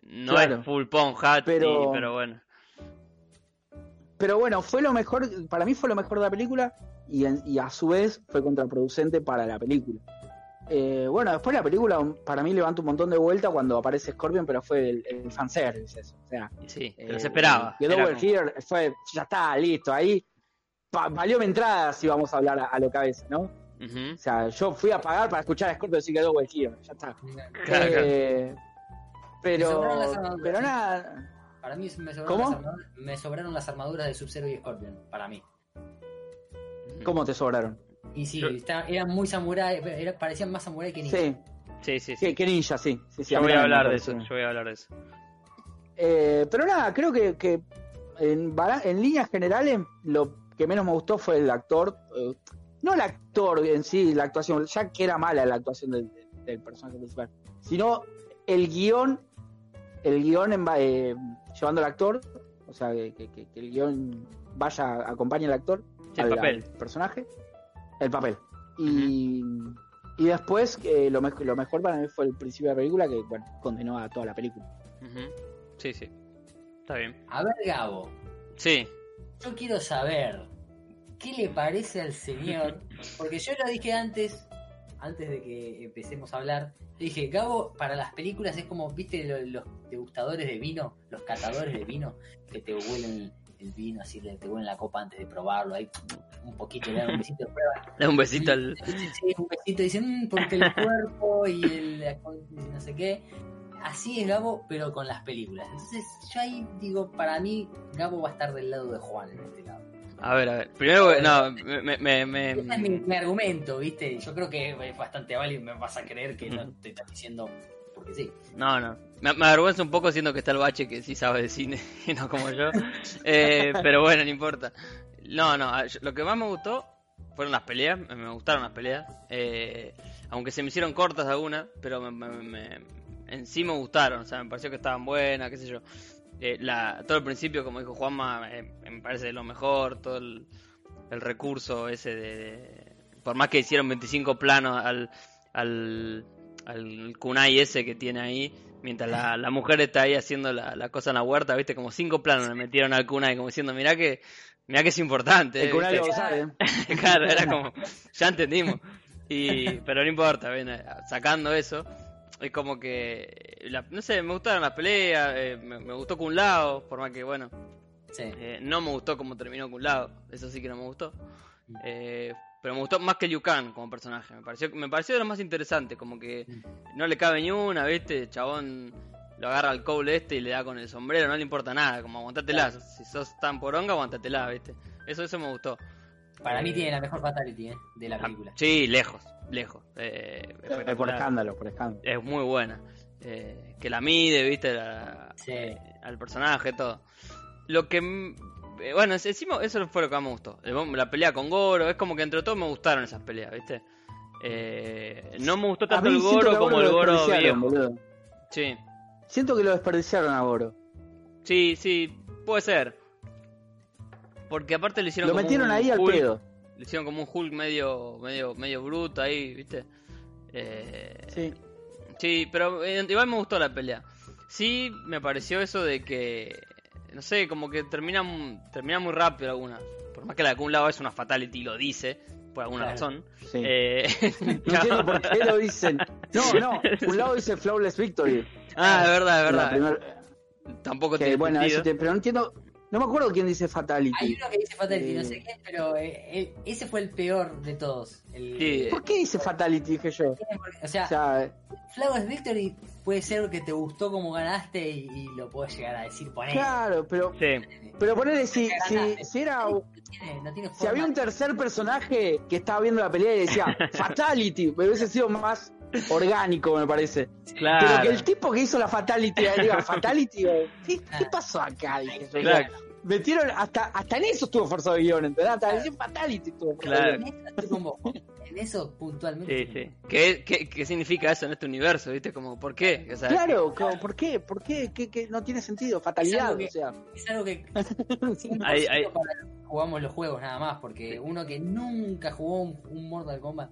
no Claro. es full ponja, pero... Pero- pero bueno. Pero bueno, fue lo mejor, para mí fue lo mejor de la película y, en- y a su vez fue contraproducente para la película. Eh, bueno, después la película para mí levanta un montón de vuelta cuando aparece Scorpion, pero fue el, el fanservice eso. O sea, Y Sí, pero se eh, esperaba. Get Era Over como- Here fue, ya está, listo, ahí pa- valió mi entrada si vamos a hablar a, a lo cabeza, ¿no? O Ujú. sea, yo fui a pagar para escuchar a Scorpion decir Get Over Here, ya está. claro. Claro, claro. Eh, Pero, sobraron las armaduras, pero sí. nada. Para mí me sobraron, ¿Cómo? Las, armaduras, me sobraron las armaduras de Sub-Zero y Scorpion. Para mí. ¿Cómo te sobraron? Y sí, Yo- está- eran muy samurai, era- parecían más samurai que ninja. Sí, Sí, sí, sí. sí, que ninja, sí. sí, sí, Yo mí voy también a me hablar de pareció. eso, yo voy a hablar de eso. Eh, pero nada, creo que, que en, bala- en líneas generales lo que menos me gustó fue el actor. eh, no el actor en sí, la actuación, ya que era mala la actuación del, del personaje principal, sino el guión, el guión en va- eh, llevando al actor, o sea, que, que- que el guión vaya, acompañe al actor, Sí, el al- papel. al personaje, el papel. Y, y después, eh, lo, mej- lo mejor para mí fue el principio de la película, que bueno, condenó a toda la película. Ujú. Sí, sí. Está bien. A ver, Gabo, Sí. yo quiero saber qué le parece al señor, porque yo lo dije antes, antes de que empecemos a hablar, dije, Gabo, para las películas es como, viste, lo- los degustadores de vino, los catadores de vino, que te huelen el vino, así te, te huelen la copa antes de probarlo, ahí un poquito, le dan un besito de prueba. Da un besito al. Sí, un besito, dicen, "Mm, porque el cuerpo y el y no sé qué. Así es Gabo, pero con las películas. Entonces, yo ahí digo, para mí, Gabo va a estar del lado de Juan en este lado. A ver, a ver. Primero, no, me. me, me- Ese es mi, mi argumento, ¿viste? Yo creo que es bastante válido y me vas a creer que no te estás diciendo porque sí. No, no. Me, me avergüenza un poco siendo que está el bache que sí sabe de cine, y no como yo. Eh, pero bueno, no importa. No, no. a- yo- Lo que más me gustó fueron las peleas. Me me gustaron las peleas. Eh, aunque se me hicieron cortas algunas, pero me- me- me- en sí me gustaron. O sea, me pareció que estaban buenas, qué sé yo. Eh, la, todo el principio, como dijo Juanma, eh, me parece lo mejor. Todo el, el recurso ese de, de- Por más que hicieron 25 planos al. al al kunai ese que tiene ahí, mientras la, la mujer está ahí haciendo la, la cosa en la huerta, viste, como cinco planos le metieron al kunai, como diciendo, mirá que, mirá que es importante. El eh, Kunai ¿viste? lo sabe. claro, era como, ya entendimos. Y, pero no importa, ven, eh, sacando eso, es como que, eh, la- no sé, me gustaron las peleas, eh, me, me gustó Kun Lao, por más que, bueno, Sí. eh, no me gustó cómo terminó Kun Lao, eso sí que no me gustó. Eh, pero me gustó más que Liu Kang como personaje, me pareció, me pareció de lo más interesante, como que no le cabe ni una, viste, el chabón lo agarra al coble este y le da con el sombrero, no le importa nada, como aguantatela, si sos tan poronga, aguantatela, viste. Eso, eso me gustó. Para mí tiene la mejor fatality ¿eh? de la Ah, película. Sí, lejos, lejos. Eh, espectacular. Eh, por escándalo, por escándalo. Es muy buena. Eh, que la mide, viste, la- Sí. eh, al personaje, todo. Lo que... m- eh, bueno, es- encima eso fue lo que más me gustó. El bom- La pelea con Goro, es como que entre todos me gustaron esas peleas, viste. Eh, no me gustó A tanto mí el siento que Goro a como lo el Goro desperdiciaron, viejo. boludo. Sí, Siento que lo desperdiciaron a Goro. sí, sí, puede ser. Porque aparte le hicieron Lo como metieron un ahí al Hulk- pedo. Le hicieron como un Hulk medio, medio, medio bruto ahí, viste. Eh, Sí. Sí, pero eh, igual me gustó la pelea. Sí, me pareció eso de que. No sé, como que termina, mu- termina muy rápido alguna. Por más que la de algún lado es una fatality y lo dice, por alguna Claro. razón. sí. Eh, no entiendo por qué lo dicen. No, no. Un lado dice Flawless Victory. ah, es verdad, es La verdad. primer- Tampoco que, tiene bueno, eso sentido. te- pero no entiendo. No me acuerdo quién dice Hay Fatality. uno que dice fatality, no Eh. sé qué, pero eh, eh, ese fue el peor de todos. El- Sí. ¿Por qué dice Fatality? Dije yo. O sea, O sea, Flowers Victory puede ser que te gustó como ganaste y, y lo puedes llegar a decir poner. claro, pero. Sí, Pero ponele si, si, si era. No tiene, no tiene Si forma. había un tercer personaje que estaba viendo la pelea y decía Fatality, me hubiese sido más orgánico, me parece. Pero que claro. el tipo que hizo la fatality, diga, fatality, eh, ¿qué, qué pasó acá? Dije, yo, Claro. Metieron, hasta, hasta en eso estuvo forzado el guión, ¿entendés? Hasta en fatality estuvo forzado el Claro. En eso estoy con vos. En eso puntualmente. Sí, sí. ¿Qué, qué, qué significa eso en este universo? ¿Viste? Como, ¿por qué? O sea, guión. Claro, como, ¿por qué? ¿Por qué? ¿Qué- qué? No tiene sentido, fatalidad, que- o sea. Es algo que Ahí- ahí- para- jugamos los juegos nada más, porque uno que nunca jugó un, un Mortal Kombat.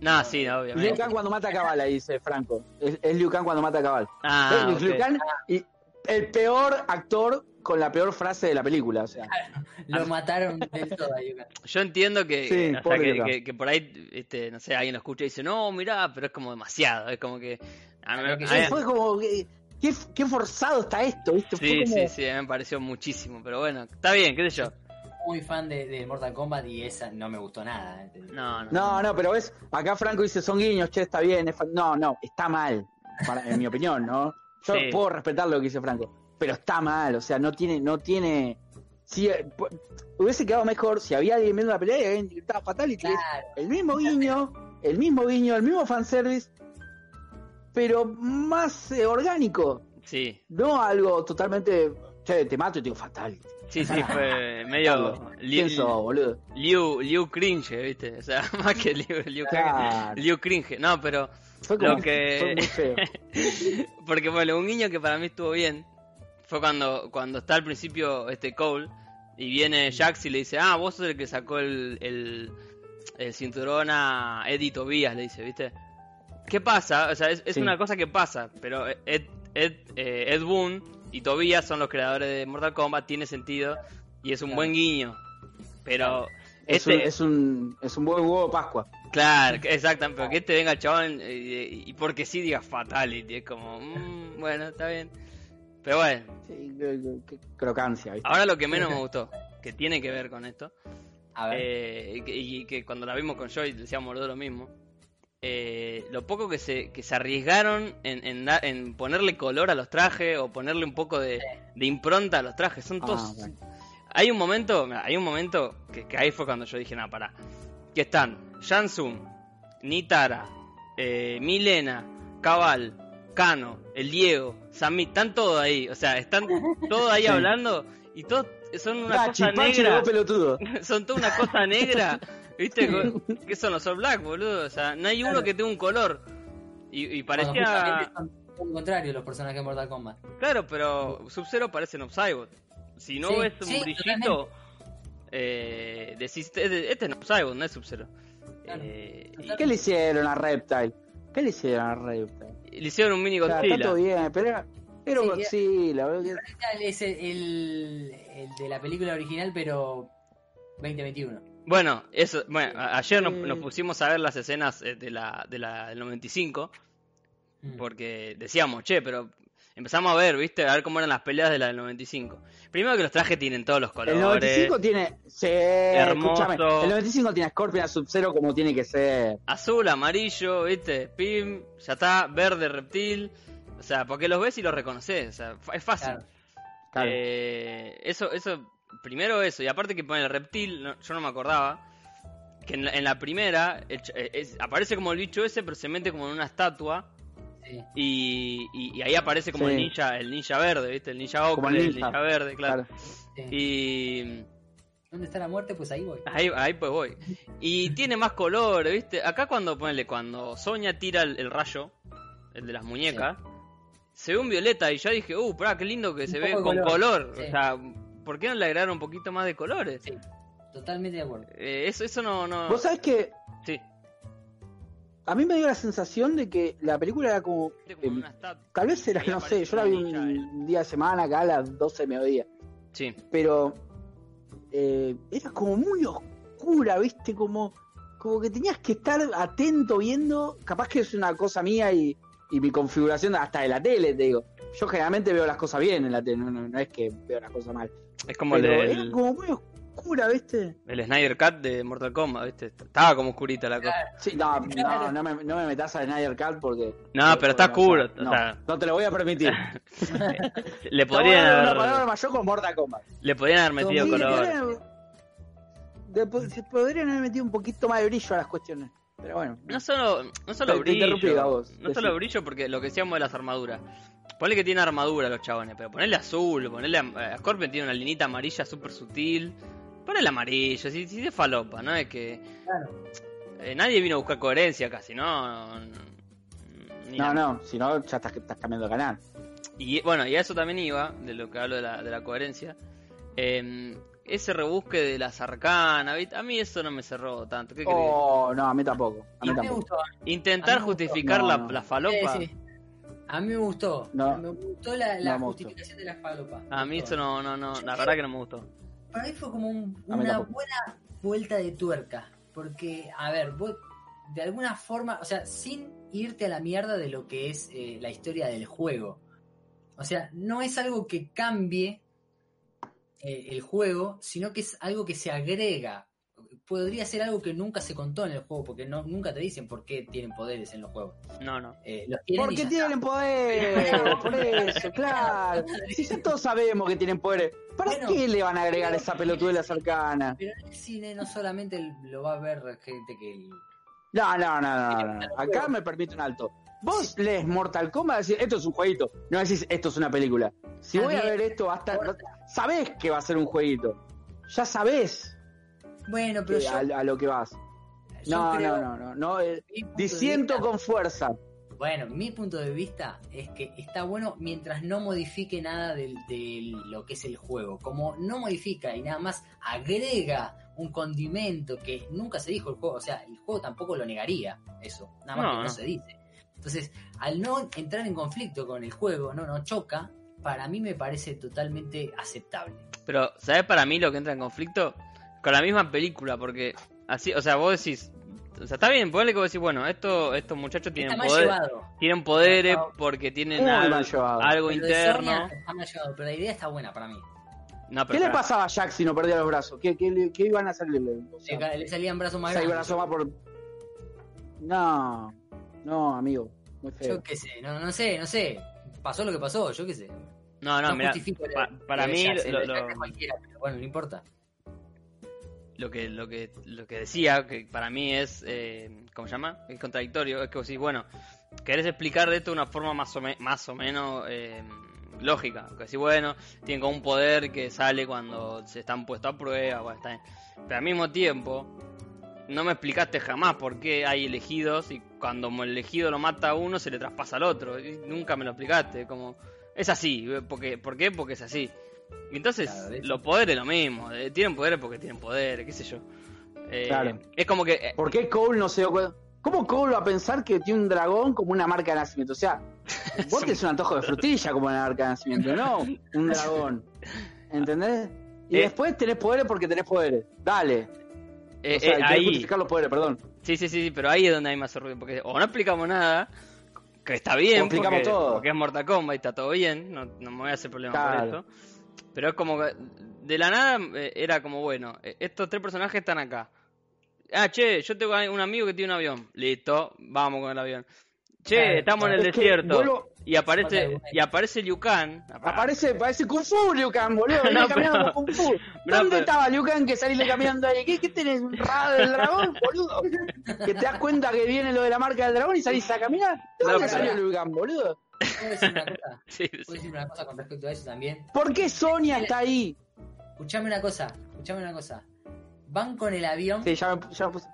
No, sí, no, Liu obviamente. Kang cuando mata a Cabal, ahí dice Franco. Es, es Liu Kang cuando mata a Cabal. Ah, es Liu ok. Kang y el peor actor con la peor frase de la película, o Ah, sea. Lo mataron del todo ahí. Yo entiendo que, Sí, o sea, pobre que, Luca. que- que por ahí, este, no sé, alguien lo escucha y dice, no, mirá, pero es como demasiado, es como que... A mí, Lo que a yo mí- Fue como, que- qué, qué forzado está esto, ¿viste? Fue sí, como- sí, sí, a mí me pareció muchísimo, pero bueno, está bien, qué sé yo. Muy fan de, de Mortal Kombat y esa no me gustó nada. ¿eh? No, no. No, no, pero ves, acá Franco dice son guiños, che, está bien. es fa- No, no, está mal, para- en mi opinión, ¿no? Yo Sí. puedo respetar lo que dice Franco, pero está mal, o sea, no tiene, no tiene. Si, eh, pu- hubiese quedado mejor si había alguien viendo la pelea y alguien gritaba Fatality. es Claro, El mismo guiño, el mismo guiño, el mismo fanservice, pero más eh, orgánico. Sí, No algo totalmente. Che, te mato y te digo Fatality. sí, sí, fue medio. Carlos, Liu, ¿Quién sos, boludo? Liu, Liu Cringe, ¿viste? O sea, más que Liu, Liu Claro. Cringe. Liu Cringe, no, pero. Fue como. Lo que- fue muy feo. Porque bueno, un guiño que para mí estuvo bien fue cuando, cuando está al principio este Cole y viene Jax y le dice, ah, vos sos el que sacó el, el, el cinturón a Eddie Tobias, le dice, ¿viste? ¿Qué pasa? O sea, es, es Sí. una cosa que pasa, pero Ed, Ed, eh, Ed Boon y Tobias son los creadores de Mortal Kombat, tiene sentido y es un Claro. buen guiño. Pero Es, este, un, es, un, es un buen huevo de Pascua. Claro, que- exactamente, pero que este venga el chabón eh, y, y porque sí diga fatality, es como, mm, bueno, está bien. Pero bueno, Sí, qué- qué- qué crocancia, ¿viste? ahora lo que menos me gustó, que tiene que ver con esto, a ver. eh, y, que- y que cuando la vimos con Joy decíamos los dos lo mismo, eh, lo poco que se, que se arriesgaron en, en da- en ponerle color a los trajes o ponerle un poco de, de impronta a los trajes, son Ah, todos bueno. hay un momento, mirá, hay un momento que, que ahí fue cuando yo dije, nada, pará. Que están Jansun, Nitara, eh, Milena, Cabal, Cano, el Diego, Sammy, están todos ahí. O sea, están todos ahí Sí. hablando y todos son una Pachi, cosa Pachi, negra. vos pelotudo. son toda una cosa negra. ¿Viste? ¿Qué son los All Black, boludo? O sea, no hay uno Claro. que tenga un color. Y, y Cuando justamente parecía. son todo lo contrario los personajes de Mortal Kombat. Claro, pero Sub-Zero parece Nobsaibot. Si no Sí, ves un sí, brillito, eh, decís, este este es Nobsaibot, no es Sub-Zero. Claro, Eh, y- ¿Qué le hicieron a Reptile? ¿Qué le hicieron a Reptile? y le hicieron un mini O sea, está todo Godzilla. bien, pero era, era un Sí, Godzilla. boludo, que- Tal Es el, el- el de la película original, pero 2021. Bueno, eso, bueno, a- ayer nos, Eh. nos pusimos a ver las escenas eh, de la, de la del 95, Mm. porque decíamos, che, pero empezamos a ver, ¿viste? A ver cómo eran las peleas de la del 95. Primero que los trajes tienen todos los El colores. 95 tiene. Sí, Hermoso. escúchame. El 95 tiene a Scorpion a Sub-Zero como tiene que ser. azul, amarillo, ¿viste? Pim, ya está, verde, reptil. O sea, porque los ves y los reconoces. O sea, fa- es fácil. Claro. Claro. Eh, eso, eso, primero eso. Y aparte que pone el reptil, no- yo no me acordaba. Que en la, en la primera el ch- eh, es- aparece como el bicho ese, pero se mete como en una estatua. Sí. Y, y- y ahí aparece como el Sí. ninja, el ninja verde, ¿viste? El ninja ocre, Como el el ninja, ninja. verde, claro. claro. Sí. Y ¿Dónde está la muerte? Pues ahí voy. Ahí, ahí pues voy. Y tiene más color, ¿viste? Acá cuando ponele, cuando Sonia tira el, el rayo, el de las muñecas, se ve un violeta y yo dije, uh, pará, qué lindo que Un se poco ve de con color. color. O Sí. sea, ¿por qué no le agregaron un poquito más de colores? Sí. Totalmente de acuerdo. Eh, eso, eso no, no. Vos sabés que Sí. a mí me dio la sensación de que la película era como. Tiene como em, una estatua. Tal vez era, Ahí no sé, aparece yo la vi un ninja, un día de semana acá a las 12 de mediodía. Sí. pero eh, era como muy oscura, ¿viste? Como, como que tenías que estar atento viendo, capaz que es una cosa mía y, y mi configuración hasta de la tele, te digo. Yo generalmente veo las cosas bien en la tele, no, no- no es que veo las cosas mal. Es como el, pero el, era como muy oscura, ¿viste? el Snyder Cut de Mortal Kombat, ¿viste? Estaba como oscurita la cosa. Sí, no, no, no me, no me metas a Snyder Cat porque... eh, No, pero está porque, o sea, oscuro. No, O sea, no te lo voy a permitir. le, Te voy a podrían dar una palabra haber, mayor con Mortal Kombat. le podrían haber metido Sí, le color. podrían- le po- se podrían haber metido un poquito más de brillo a las cuestiones. Pero bueno. No solo, no solo Te- te interrumpí, brillo. Gabo, no decí. solo brillo porque lo que decíamos de las armaduras. Ponle que tiene armadura los chabones, pero ponele azul, ponele a, a Scorpion tiene una linita amarilla súper sutil. Ponele amarillo, si, si de falopa, ¿no? Es que. Claro. eh, nadie vino a buscar coherencia casi, ¿no? Ni No, la- no, si no, ya estás, estás cambiando de canal. Y bueno, y a eso también iba, de lo que hablo de la, de la coherencia. Eh, ese rebusque de las arcanas, ¿viste? a mí eso no me cerró tanto. ¿Qué crees? Oh, no, a mí tampoco. A A mí mí me tampoco. gustó. Intentar a mí me gustó. justificar No, la, no. la falopa. Sí, sí. A mí me gustó. No. Me gustó la, la No me gustó. justificación de las palopas. A mí esto no, no, no, la verdad que no me gustó. Para mí fue como un- A mí una tampoco. buena vuelta de tuerca. Porque, a ver, vos de alguna forma, o sea, sin irte a la mierda de lo que es eh, la historia del juego. O sea, no es algo que cambie eh, el juego, sino que es algo que se agrega. podría ser algo que nunca se contó en el juego, porque no, nunca te dicen por qué tienen poderes en los juegos. No, no. Eh, los tienen ¿Por y qué ya tienen está. poder? Por eso, claro. Si ya todos sabemos que tienen poderes, ¿para Bueno, qué le van a agregar esa pelotuela cercana? Pero en el cine no solamente lo va a ver gente que... No, no, no, no, no, no. Acá me permite un alto. Vos lees Mortal Kombat y decís, esto es un jueguito. No decís, esto es una película. Si Ah, voy a ver esto, hasta sabés que va a ser un jueguito. Ya sabés Bueno, pero que- yo, a, a lo que vas. yo No, creo- no, no, no, no. eh, mi punto de disiento vista- con fuerza. Bueno, mi punto de vista es que está bueno mientras no modifique nada del- de, lo que es el juego. Como no modifica y nada más agrega un condimento que nunca se dijo el juego, o sea, el juego tampoco lo negaría eso, nada más No, que no, no. se dice. Entonces, al no entrar en conflicto con el juego, no no choca, para mí me parece totalmente aceptable. Pero, ¿sabes para mí lo que entra en conflicto? Con la misma película, porque así, o sea, vos decís, o sea, está bien, ponele que vos decís, bueno, esto, estos muchachos Está tienen mal poder, llevado. tienen poderes Está- porque tienen Muy al- mal llevado. algo Lo de Sonia interno. está mal llevado, pero la idea está buena para mí. No, pero ¿Qué le pará. pasaba a Jack si no perdía los brazos? ¿Qué, qué le- qué iban a hacerle? O sea, Le ca- le salían brazos más seis grandes. brazos más por. No, no, amigo. Muy feo. Yo qué sé, no, no sé, no sé. Pasó lo que pasó, yo qué sé. No, no, No mirá, justifico pa- la- para la mí belleza, lo- la lo- belleza es cualquiera, pero bueno, no importa. lo que lo que lo que decía que para mí es eh, cómo se llama es contradictorio es que vos decís bueno querés explicar de esto de una forma más o me- más o menos eh, lógica que decís bueno tienen como un poder que sale cuando se están puestos a prueba bueno, está bien. pero al mismo tiempo no me explicaste jamás por qué hay elegidos y cuando el elegido lo mata a uno se le traspasa al otro y nunca me lo explicaste como es así porque por qué porque es así y entonces Claro, de hecho. los poderes lo mismo eh, tienen poderes porque tienen poderes qué sé yo Eh, Claro. es como que eh, ¿Por qué Cole no se dio cuenta? ¿Cómo Cole va a pensar que tiene un dragón como una marca de nacimiento? O sea, vos tenés un antojo de frutilla como una marca de nacimiento, no un dragón. ¿Entendés? Y Eh. después tenés poderes porque tenés poderes. Dale. eh, o sea, eh, hay que ahí justificar los poderes, perdón. sí sí sí sí, pero ahí es donde hay más ruido porque o no explicamos nada que está bien O explicamos porque, todo. porque es Mortal Kombat y está todo bien no, no me voy a hacer problema Claro. por esto pero es como que de la nada eh, era como bueno eh, estos tres personajes están acá ah che yo tengo un amigo que tiene un avión listo vamos con el avión che Claro, estamos en claro. el Es que desierto vuelvo- y aparece Falta de- y aparece Liu Kang Aparece, parece Kung Fu, Liu Kang, boludo. Viene Ah. No, caminando pero- como Kung Fu. pero- ¿Dónde estaba Liu Kang que saliste caminando ahí? ¿Qué, qué tenés? ¿Un rabo del dragón, boludo? Que te das cuenta que viene lo de la marca del dragón y salís a caminar. ¿De No, dónde pero- salió Liu Kang, boludo? ¿Puedo decir una cosa? Sí, sí. ¿Puedo decir una cosa con respecto a eso también? ¿Por qué Sonia está ahí? Escuchame una cosa, escuchame una cosa. Van con el avión, Sí, ya me, ya me puse.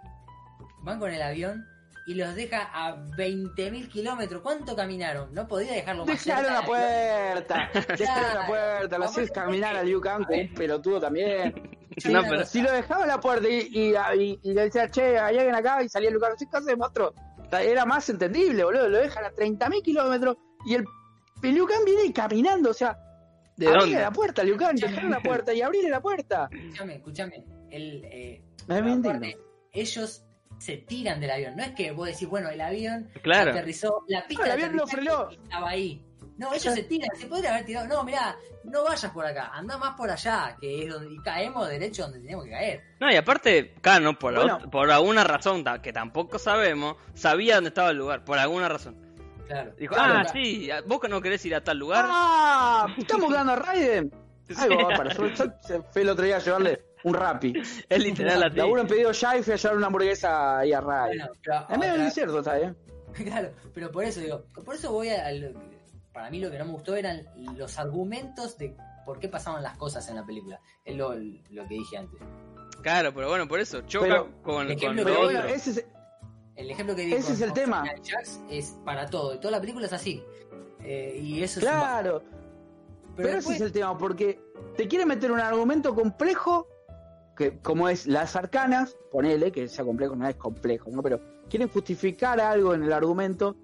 van con el avión y los deja a 20.000 kilómetros. ¿Cuánto caminaron? No podía dejarlo más Dejaron cerca. la puerta. Dejaron la puerta. Lo hacés caminar a Liu Kang, que es un pelotudo también. Escuchame No, una pero- cosa. Si lo dejaba en la puerta y, y, y- y le decía, che, hay alguien acá, y salía Lucas, ¿qué hacemos otro? Era más entendible, boludo. Lo dejan a 30.000 kilómetros y el, el Lucan viene caminando, o sea, ¿De abrile dónde? la puerta, Lucan, dejar la puerta y abrirle la puerta. Escuchame, escuchame. El, eh, Me me aparte, indigno. ellos se tiran del avión. No es que vos decís, bueno, el avión claro aterrizó. La pista No, el de avión no aterrizaje frenó. estaba ahí. No, ellos se tiran, se podrían haber tirado. No, mirá, no vayas por acá, anda más por allá, que es donde y caemos derecho donde tenemos que caer. No, y aparte, Cano, por, la Bueno. ot- por alguna razón ta- que tampoco sabemos, sabía dónde estaba el lugar, por alguna razón. Claro. Dijo, Claro, ah, claro. sí, ah, vos que no querés ir a tal lugar. ¡Ah! Estamos dando a Raiden. Algo va para. Yo, yo se- fui el otro día a llevarle un rapi. es literal así. Laburo en pedido ya y fui a llevar una hamburguesa ahí a Raiden. Bueno, pero En medio del otra- desierto está bien. Claro, pero por eso digo, por eso voy a. a lo- para mí lo que no me gustó eran los argumentos de por qué pasaban las cosas en la película. Es lo, lo que dije antes. Claro, pero bueno, por eso, choca Pero- con, Ejemplo, pero con lo Pero bueno, otro. ese es, El ejemplo que di Ese con- es el con tema. Samuel Jackson es para todo, y toda la película es así. Eh, y eso es. un bajo. claro. Pero, después- ese es el tema, porque te quiere meter un argumento complejo, que como es las arcanas, ponele que sea complejo, no es complejo, ¿no? Pero quieren justificar algo en el argumento,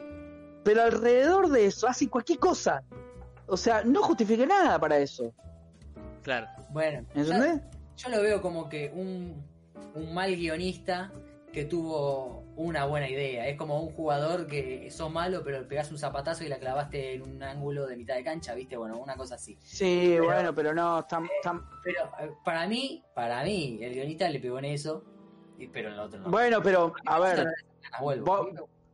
pero alrededor de eso hacen cualquier cosa. O sea, no justifique nada para eso. Claro. Bueno, ¿Entendés? Yo lo veo como que un, un mal guionista que tuvo una buena idea. Es como un jugador que sos malo, pero le pegás un zapatazo y la clavaste en un ángulo de mitad de cancha, ¿viste? Bueno, una cosa así. Sí, bueno, pero no, tam- tam- Pero eh, para mí, para mí, el guionista le pegó en eso. y- pero en la otra no. Bueno, pero, a ver, Ah, vuelvo. vo-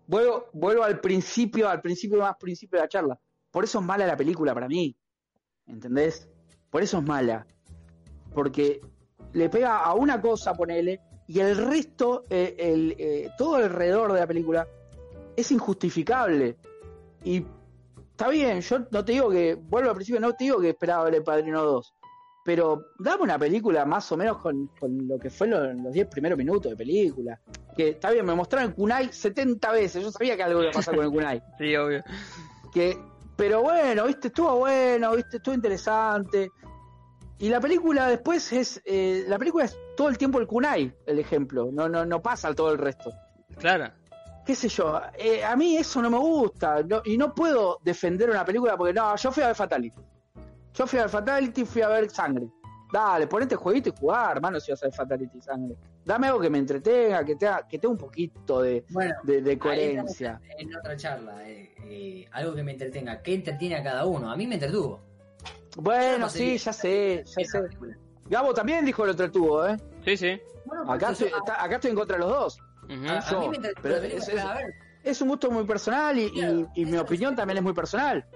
vuelvo, vuelvo al principio, al principio más principio de la charla. Por eso es mala la película para mí. ¿Entendés? Por eso es mala. Porque le pega a una cosa, ponele, y el resto, eh, el, eh, todo alrededor de la película, es injustificable. Y está bien, yo no te digo que, vuelvo al principio, no te digo que esperaba ver El Padrino 2. Pero dame una película más o menos con, con lo que fue lo- los 10 primeros minutos de película. Que está bien, me mostraron Kunai 70 veces. Yo sabía que algo iba a pasar con el Kunai. Sí, obvio. Que, pero bueno, viste, estuvo bueno, viste, estuvo interesante. Y la película después es. eh, la película es todo el tiempo el Kunai, el ejemplo. No, no, no pasa todo el resto Claro. qué sé yo, eh, a mí eso no me gusta no- y no puedo defender una película porque no, yo fui a ver Fatality. Yo fui a ver Fatality, fui a ver Sangre. Dale, ponete jueguito y jugar, hermano, si vas a ver Fatality y Sangre. Dame algo que me entretenga, que tenga, que tenga un poquito de, Bueno, de- de coherencia. en otra charla, eh, eh, algo que me entretenga, que entretiene a cada uno. A mí me entretuvo. Bueno, sí, ya sé, ya sé. Bueno, Gabo también dijo el otro tubo, ¿eh? Sí, sí. por Acá eso, estoy, a- está- acá estoy en contra de los dos. Ujú. a- a mí yo, me entretuvo, pero la película, es- es- a ver, es un gusto muy personal y, y- Claro, y mi eso opinión es. también es muy personal.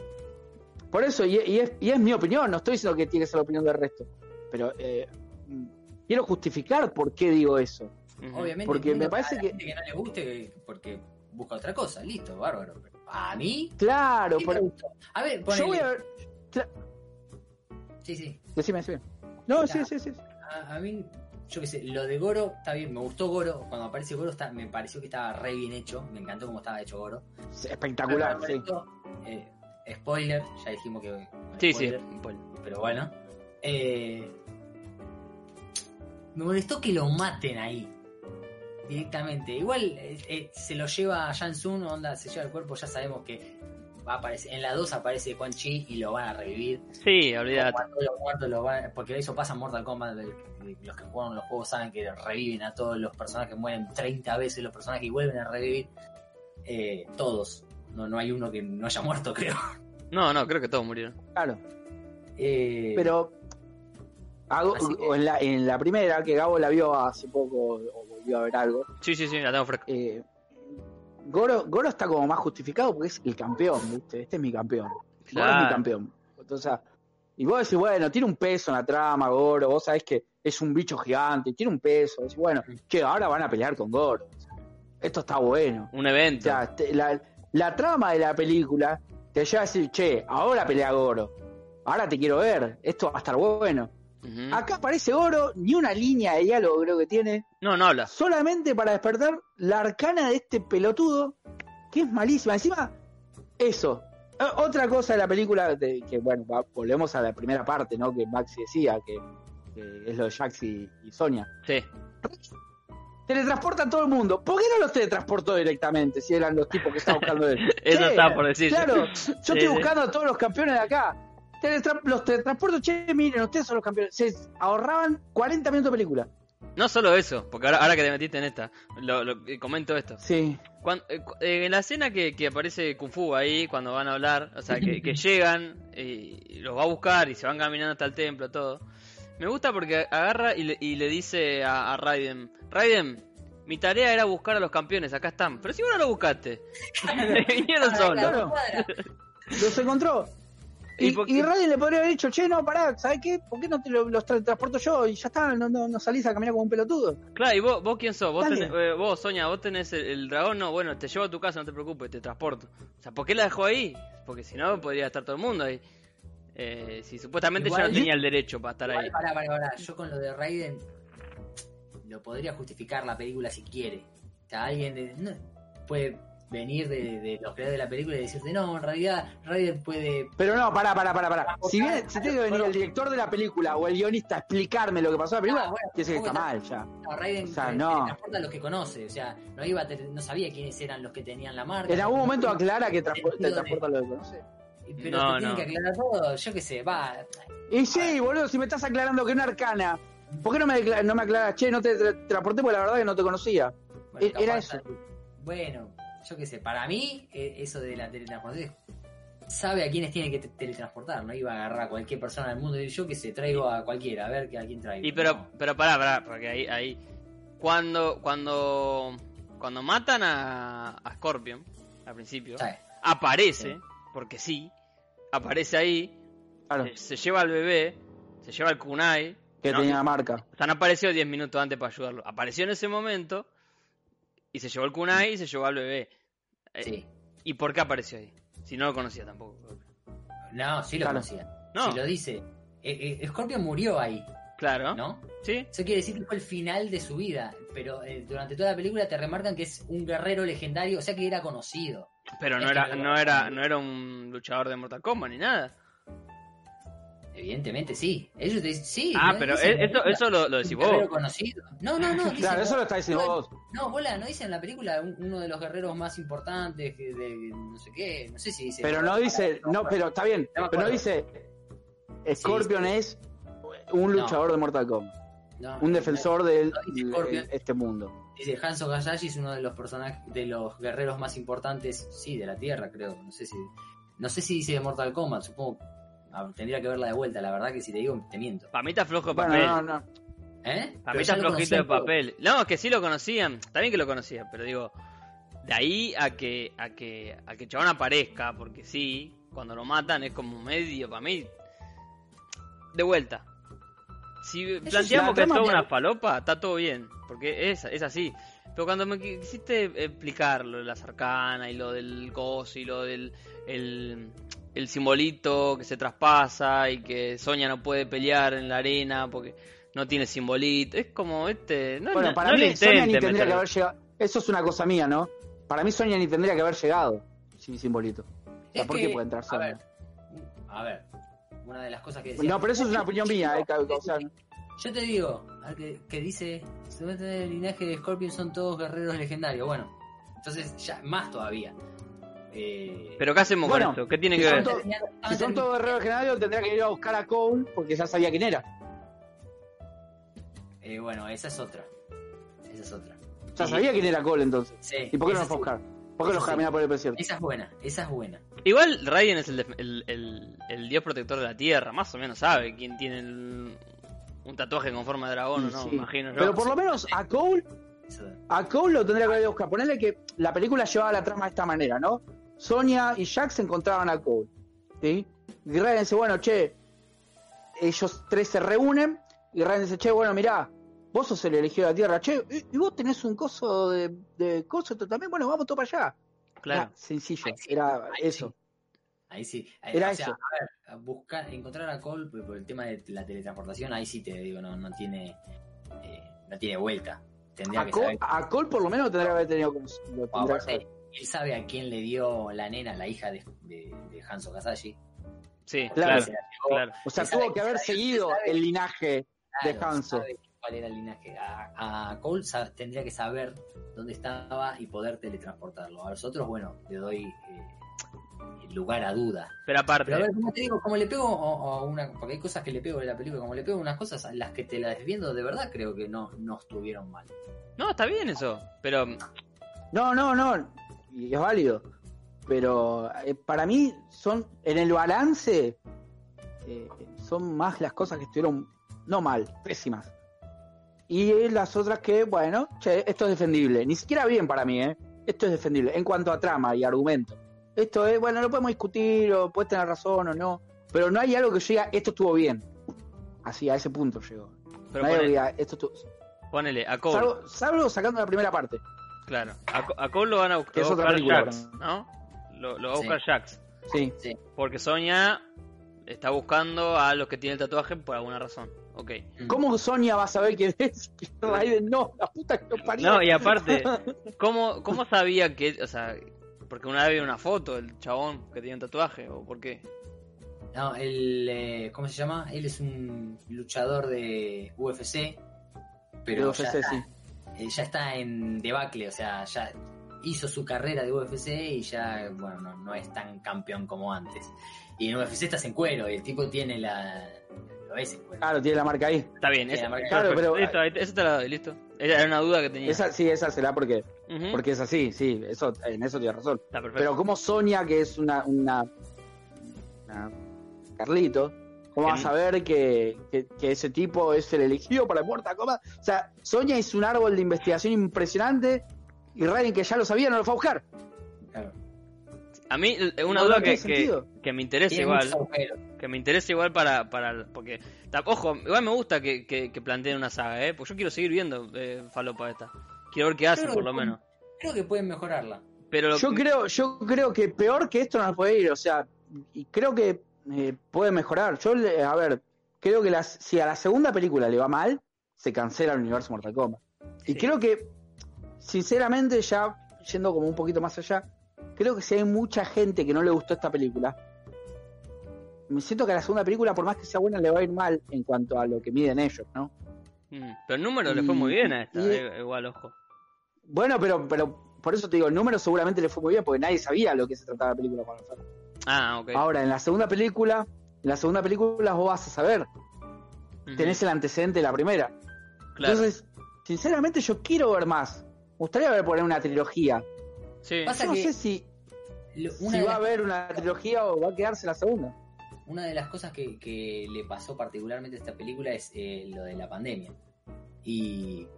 Por eso, y, y es, y es mi opinión, no estoy diciendo que tiene que ser la opinión del resto. Pero eh, mm, quiero justificar por qué digo eso. Ujú. Obviamente. Porque entiendo me parece a la que- gente no le guste que- porque busca otra cosa, listo, bárbaro. Pero a mí. Claro, sí me por- e- gustó. A ver, ponele. yo voy a ver. Sí, sí. Decime, decime. No, Claro. sí, sí, sí. sí. A, a mí, yo qué sé, lo de Goro está bien, me gustó Goro. Cuando aparece Goro está, me pareció que estaba re bien hecho, me encantó cómo estaba hecho Goro. Espectacular, Me sí. pareció, eh, spoiler, ya dijimos que. Sí, sí. spoiler, Pero bueno. Eh, me molestó que lo maten ahí. Directamente. Igual eh, eh, se lo lleva a Jansun, onda, se lleva el cuerpo, ya sabemos que va a aparecer. En la 2 aparece Quan Chi y lo van a revivir. Sí, olvídate. Como a todos los muertos los van- porque eso pasa en Mortal Kombat. el- el- Los que jugaron los juegos saben que reviven a todos los personajes, mueren 30 veces los personajes y vuelven a revivir. Eh, todos. No, no hay uno que no haya muerto, creo. No, no, creo que todos murieron. Claro. Eh, Pero. hago- Así que- o en, la, en la primera, que Gabo la vio hace poco, o volvió a ver algo. Sí, sí, sí, la tengo fresca. eh, Goro, Goro está como más justificado porque es el campeón, ¿viste? Este es mi campeón. Goro es mi Claro. campeón. Entonces, y vos decís, bueno, tiene un peso en la trama, Goro, vos sabés que es un bicho gigante, tiene un peso. Decís, bueno, che, ahora van a pelear con Goro. Esto está bueno. Un O evento. sea, te- la, la trama de la película te lleva a decir, che, ahora pelea Goro. Ahora te quiero ver. Esto va a estar bueno. Ujú. Acá aparece Goro, ni una línea de diálogo creo que tiene No, no hablas. solamente para despertar la arcana de este pelotudo, que es malísima. Encima, eso. O- Otra cosa de la película, de- que bueno, va- volvemos a la primera parte, ¿no? Que Maxi decía, que, que es lo de Jax y, y Sonia. Sí. Teletransporta a todo el mundo. ¿Por qué no los teletransportó directamente si eran los tipos que estaban buscando él? Eso Che, estaba por decir. Claro, yo sí. estoy buscando a todos los campeones de acá. Teletra- los teletransporto, che, miren, ustedes son los campeones. Se ahorraban 40 minutos de película. No solo eso, porque ahora, ahora que te metiste en esta, lo, lo- eh, comento esto. Sí. Cuan- eh, cu- eh, en la escena que, que aparece Kung Fu ahí, cuando van a hablar, o sea, que, que llegan y, y los va a buscar y se van caminando hasta el templo, todo. Me gusta porque agarra y le, y le dice a, a Raiden, Raiden, mi tarea era buscar a los campeones, acá están. Pero si vos no lo buscaste, vinieron solos. Claro. Los encontró. ¿Y Y, por qué? y Raiden le podría haber dicho, che, no, pará, ¿sabes qué? ¿Por qué no te lo- los tra- transporto yo? Y ya está, no, no, no salís a caminar como un pelotudo. Claro, ¿y vos, vos quién sos? ¿Vos, Dale. tenés- eh, vos Sonia, vos tenés el, el dragón, no, bueno, te llevo a tu casa, no te preocupes, te transporto. O sea, ¿por qué la dejó ahí? Porque si no, podría estar todo el mundo ahí. Eh, si supuestamente ya Igual- no tenía el derecho para estar ahí. Igual, pará, pará, pará. Yo con lo de Raiden lo podría justificar la película si quiere. O sea, alguien de- no, puede venir de, de los creadores de la película y decirte, no, en realidad Raiden puede... Pero no, pará, pará, pará, pará. Si, viene, si tiene que venir el director de la película o el guionista a explicarme lo que pasó en la película, Ah, bueno, que que está ¿cómo mal ya. No, Raiden O sea, eh, no. teletransporta a los que conoce. O sea, no iba a tele- no sabía quiénes eran los que tenían la marca. En algún momento aclara que transpo- te Sentido de- transporta lo que conoce. Pero No, te tienen no. que aclarar todo. Yo qué sé, va. Y sí, boludo, si me estás aclarando que una arcana, ¿por qué no me, decla- no me aclaras, che, no te tra- transporté porque la verdad que no te conocía? E-, Bueno, Era capaz- eso. Bueno, yo qué sé, para mí eh, eso de la teletransportación sabe a quiénes tiene que te- teletransportar, no iba a agarrar a cualquier persona del mundo y yo qué sé, traigo a cualquiera, a ver que a quién traigo. Y pero, No. pero pará, pará, porque ahí, ahí. ¿Cuál- Cuando, cuando, cuando matan a, a Scorpion, al principio, ¿sabes? aparece, Sí. porque sí, aparece ahí, Claro, se, se lleva al bebé, se lleva al kunai. que no, tenía la marca. o sea, no apareció 10 minutos antes para ayudarlo. Apareció en ese momento y se llevó el kunai y se llevó al bebé. Eh, Sí. ¿Y por qué apareció ahí? Si no lo conocía tampoco. No, sí lo Claro. conocía. No. Si lo dice. eh, eh, Scorpio murió ahí, Claro. ¿no? ¿Sí? Eso quiere decir que fue el final de su vida. Pero eh, durante toda la película te remarcan que es un guerrero legendario, o sea que era conocido. Pero no Es que era, no lo no era, conocía. no era un luchador de Mortal Kombat ni nada. Evidentemente, sí. Ellos te dicen, sí. Ah, ¿no? pero Dicen, e- eso, "Mira, eso lo, lo un decís guerrero vos. conocido. No, no, no. dicen, Claro, eso no, lo está diciendo no, vos. No, bola, no dice en la película un- uno de los guerreros más importantes que de, no sé qué. No sé si dice. Pero no dice, no, pero está bien, No me pero acuerdo. no dice Scorpion sí. es un luchador de Mortal Kombat, No, un no, defensor de no dice Scorpion. este mundo. Dice Hanzo Hayashi es uno de los personajes, de los guerreros más importantes, sí, de la Tierra, creo. No sé si, no sé si dice de Mortal Kombat, supongo. ah, tendría que verla de vuelta, la verdad que si te digo, te miento. Para mí está flojo de Bueno, papel. no, no. ¿Eh? Para Pero mí ya está lo flojito de conocían todos. papel. No, es que sí lo conocían. Está bien que lo conocían, pero digo, de ahí a que, a que, a que el Chabón aparezca, porque sí, cuando lo matan es como medio para mí. De vuelta. Si planteamos la que es trama toda de- una falopa, está todo bien, porque es, es así. Pero cuando me quisiste explicar lo de la sarcana y lo del gozo y lo del el, el simbolito que se traspasa y que Sonia no puede pelear en la arena porque no tiene simbolito. Es como este. No, Bueno, no- para no le mí Sonya ni intenten tendría que meter- haber llegado. Eso es una cosa mía, ¿no? Para mí Sonia ni tendría que haber llegado sin simbolito. O sea, Es ¿Por que- qué puede entrar A ver, Sonia? a ver, una de las cosas que decía- No, pero eso es una opinión mía, eh, o sea, Yo te digo, a ver, que, que dice, supuestamente el linaje de Scorpion son todos guerreros legendarios. Bueno, entonces ya, más todavía. Eh, Pero eh, ¿qué hacemos Bueno, con esto? ¿Qué tiene si que ver? son todos- si son todos guerreros generales tendría que ir a buscar a Cone porque ya sabía quién era. Eh, bueno, esa es otra. Esa es otra. Ya sabía quién era Cole entonces. Sí, ¿Y por qué no esa lo fue a buscar? sí. ¿Por qué lo Eso sí. caminaba por el desierto? Esa es buena, esa es buena. Igual Raiden es el, def- el- el- el dios protector de la tierra, más o menos sabe quién tiene el- un tatuaje con forma de dragón o no, Sí. imagino yo. Pero por lo menos a Cole Esa- A Cole lo tendría que haber ido a buscar. Ponele que la película llevaba la trama de esta manera, ¿no? Sonia y Jack se encontraban a Cole. ¿Sí? Y Raiden dice, bueno, che, ellos tres se reúnen. Y Raiden dice, che, bueno, mirá, vos sos el elegido de la Tierra, che, y, y vos tenés un coso de, de coso esto también, bueno, vamos todos para allá. Claro. Era sencillo, Ahí sí, era ahí eso. Ahí sí. Ahí- Era o sea, eso. a ver, buscar, encontrar a Cole por, por el tema de la teletransportación, ahí sí te digo, no, no tiene eh, no tiene vuelta. Tendría A que Cole, saber. a Cole por lo menos tendría que haber tenido como... lo o tendría que aparte, saber. él sabe a quién le dio la nena, la hija de, de, de Hanzo Kasashi. Sí, Claro. claro, Se la llevó, claro. O sea, él sabe tuvo que quién haber era, él seguido sabe- el linaje. de Hanzo. sabe ¿Cuál era el linaje? A, a Cole sa- tendría que saber dónde estaba y poder teletransportarlo. A los otros, bueno, le doy eh, lugar a duda. Pero aparte, Eh, Pero a ver, como te digo, como le pego a, a una. Porque hay cosas que le pego en la película, como le pego unas cosas, a las que te las viendo de verdad creo que no, no estuvieron mal. no, está bien eso. Pero No, no, no. Y es válido. Pero eh, para mí son, en el balance, eh, son más las cosas que estuvieron, no mal, pésimas. Y eh, las otras que, bueno, che, esto es defendible. Ni siquiera bien para mí, ¿eh? Esto es defendible en cuanto a trama y argumento. Esto es, bueno, lo podemos discutir, o puedes tener razón o no. Pero no hay algo que llega, esto estuvo bien. Así, a ese punto llegó. Pero no hay algo que ponele, diga, esto estuvo... ponele, a Cole, salvo, salvo sacando la primera parte. claro. A, Co- a Cole lo van a buscar, Que es otra buscar película, Jax, pero- ¿no? Lo, lo va a Sí. buscar Jax. Sí. Porque Sonia está buscando a los que tienen el tatuaje por alguna razón. Ok. ¿Cómo Sonia va a saber quién es? Que Raiden no, la puta que lo parió. No, y aparte, ¿cómo, ¿cómo sabía que.? O sea, porque una vez vi una foto del chabón que tenía un tatuaje, ¿o por qué? No, él. eh, ¿Cómo se llama? Él es un luchador de UFC, Pero pero ya, ya sé, está, sí. eh, ya está en debacle, o sea, ya hizo su carrera de UFC y ya, bueno, no, no es tan campeón como antes. Y en UFC estás en cuero, y el tipo tiene la. Lo ves en cuero. Claro, tiene la marca ahí. Está bien, Sí, esa, la marca- claro, claro, pero- listo, ahí te- esa te la doy, listo. Era una duda que tenía. Esa, sí, esa será porque, Ujú, porque es así, sí, eso, en eso tienes razón. Está perfecto. Pero como Sonia, que es una, una, una Carlito, ¿Cómo Que vas no- a ver que, que- que ese tipo es el elegido para Mortal Kombat? O sea, Sonia hizo un árbol de investigación impresionante y Raiden, que ya lo sabía, no lo fue a buscar. Claro. A mí, eh, No, una no duda tiene que, que- sentido. que me interesa Tiene igual. muchos agujeros. Que me interesa igual para. para porque. ta- Ojo, igual me gusta que, que, que planteen una saga, ¿eh? Porque yo quiero seguir viendo eh, Falopa esta. Quiero ver qué hacen, Claro, por lo con- menos. Creo que pueden mejorarla. Pero lo Yo creo, yo creo que peor que esto no puede ir, o sea, y creo que eh, puede mejorar. Yo, le- a ver, creo que las, si a la segunda película le va mal, se cancela el universo Mortal Kombat. Y Sí. creo que, sinceramente, ya yendo como un poquito más allá, creo que si hay mucha gente que no le gustó esta película, me siento que a la segunda película, por más que sea buena, le va a ir mal en cuanto a lo que miden ellos, ¿no? Mm, Pero el número le fue muy bien a esta, Y- eh, igual, ojo. Bueno, pero, pero por eso te digo, el número seguramente le fue muy bien, porque nadie sabía lo que se trataba la película cuando fue. Ah, ok. Ahora, en la segunda película, en la segunda película vos vas a saber, Ujú, tenés el antecedente de la primera. claro. Entonces, sinceramente yo quiero ver más. Me gustaría ver poner una trilogía. sí. Pasa Yo no que sé si, lo- si una, de va a las, haber una trilogía o va a quedarse la segunda. una de las cosas que, que le pasó particularmente a esta película es eh, lo de la pandemia. Y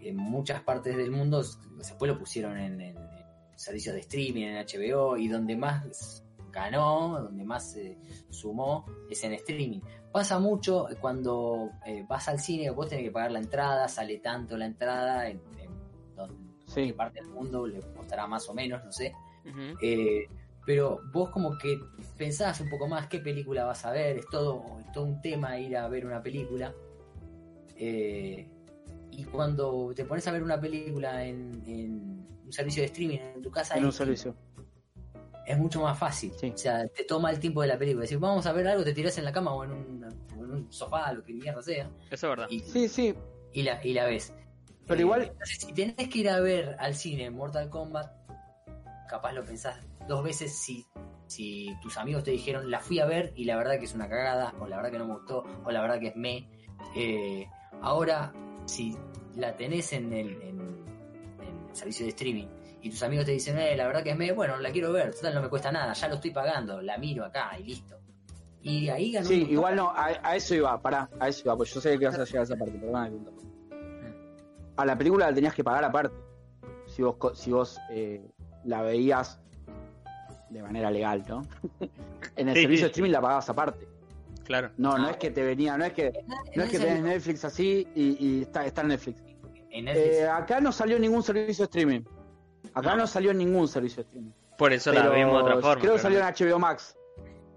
en muchas partes del mundo s- después lo pusieron en, en- en servicios de streaming, en HBO, y donde más ganó, donde más eh, sumó, es en streaming. Pasa mucho cuando eh, vas al cine, vos tenés que pagar la entrada, sale tanto la entrada, en, en don- Sí. qué parte del mundo le costará más o menos, no sé. Ujú. Eh, pero vos como que pensás un poco más qué película vas a ver, es todo, es todo un tema ir a ver una película. Eh, y cuando te pones a ver una película en, en un servicio de streaming en tu casa, En un es, servicio. es mucho más fácil. Sí. O sea, te toma el tiempo de la película. Decir, vamos a ver algo, te tirás en la cama o en, una- o en un sofá, lo que mierda sea, Eso es verdad. y, Sí, sí. y la, y la ves. Pero Eh, igual- entonces, si tenés que ir a ver al cine Mortal Kombat, capaz lo pensás dos veces si, si tus amigos te dijeron la fui a ver y la verdad que es una cagada, o la verdad que no me gustó, o la verdad que es me. Eh, ahora, si la tenés en el, en, en el servicio de streaming y tus amigos te dicen, eh, la verdad que es me, bueno, la quiero ver, total, no me cuesta nada, ya lo estoy pagando, la miro acá y listo. Y ahí ganó. un Sí, montón. igual no, a, a eso iba, pará, a eso iba, pues yo sé que vas a llegar a esa parte, perdona. A la película la tenías que pagar aparte, si vos, co- si vos eh, la veías de manera legal, ¿no? en el Sí, sí. servicio de streaming la pagabas aparte. Claro. No, Ah. no es que te venía, no es que, no es que tenés Netflix así y, y está, está en Netflix. En Netflix. Eh, acá no salió ningún servicio de streaming. Acá No. no, salió ningún servicio de streaming. Por eso Ah. la Pero vimos de otra forma. Creo que claramente. salió en HBO Max.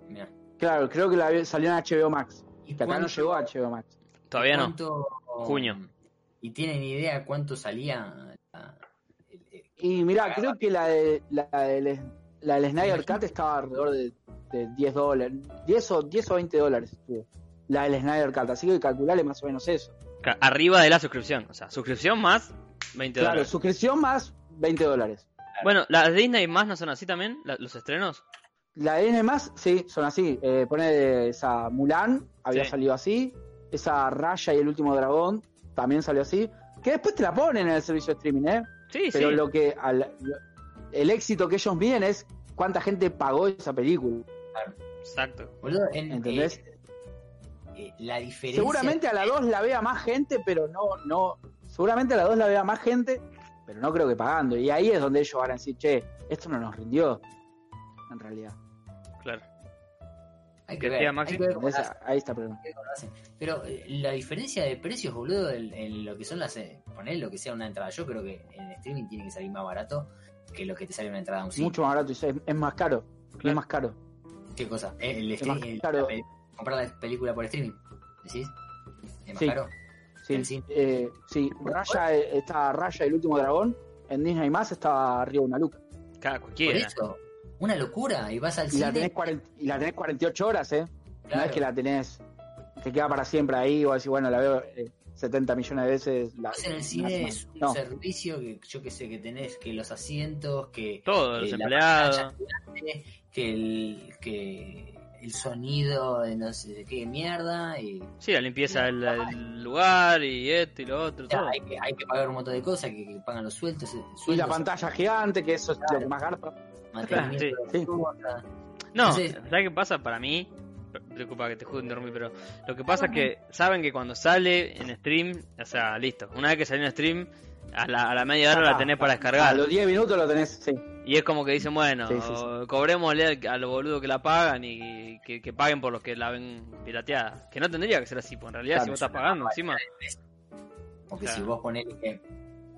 Mirá. Claro, creo que la vi- salió en HBO Max. ¿Y Que acá no cuánto- llegó a HBO Max. Todavía no. ¿Cuánto- Junio. ¿Y tienen idea cuánto salía? la- el- el- Y mirá, creo que la, de, la, del, la del Snyder Cut estaba alrededor de, de 10 dólares. 10 o, 10 o 20 dólares estuvo. La del Snyder Cut. Así que calculale más o menos eso. Ca- Arriba de la suscripción. O sea, suscripción más 20 Claro, dólares. suscripción más 20 dólares. Bueno, ¿las Disney más no son así también? la- ¿Los estrenos? La de N más, sí, son así. Eh, pone esa Mulan, había Sí. salido así. Esa Raya y el último dragón también salió así. Que después te la ponen en el servicio de streaming, ¿eh? Sí, Pero sí. lo que. al- lo- el éxito que ellos miden es cuánta gente pagó esa película. Exacto. boludo, en- ¿Entendés? eh, eh, la diferencia. Seguramente a la 2 la vea más gente, pero no. no Seguramente a la 2 la vea más gente, pero no creo que pagando. Y ahí es donde ellos van a decir, che, esto no nos rindió. En realidad. Claro. Hay que Decía ver, Maxi. hay que ver cómo Entonces, la hacen, ahí está el problema. hay que ver cómo la hacen. Pero eh, la diferencia de precios, boludo, en, en lo que son las. eh, poner lo que sea una entrada. Yo creo que en streaming tiene que salir más barato que lo que te sale una entrada a un cine. Mucho más barato y es, es más caro. Claro. Es más caro. ¿Qué cosa? Eh, El, Es más streaming- el- caro. la pe- comprar la película por streaming. ¿Decís? ¿Es más Sí. caro? Sí, El cine. eh, sí. Raya, eh, está Raya y el último dragón. En Disney más está arriba de una luca. Cada Por cualquiera. eso, una locura. Y vas al Y la, cine. tenés 40 y la tenés 48 horas, ¿eh? No claro. es que la tenés. Te queda para siempre ahí. O decís, bueno, la veo eh, 70 millones de veces. La, Además, en el la cine semana. es un No, servicio que yo que sé que tenés que los asientos que Todos los eh, la empleados. pantalla gigante, que el que el sonido de no sé de qué mierda y Sí, la limpieza del, del lugar y esto y lo otro. ya, todo. hay, que, hay que pagar un montón de cosas que, que pagan los sueldos, sueldos y la pantalla gigante, que eso es lo que más garpa. mantenimiento de Sí. las cosas. No, Entonces- ¿sabes qué pasa? Para mí, per- disculpa que te juzgue dormir, pero lo que pasa es que saben que cuando sale en stream, o sea, listo, una vez que salió en stream, a la, a la media hora la tenés para A descargar. los 10 minutos lo tenés, sí. Y es como que dicen, bueno, Sí, sí, sí. cobrémosle al- a los boludos que la pagan y que, que paguen por los que la ven pirateada. Que no tendría que ser así, pues en realidad Claro, si vos estás pagando encima. Porque Claro. si vos ponés, que,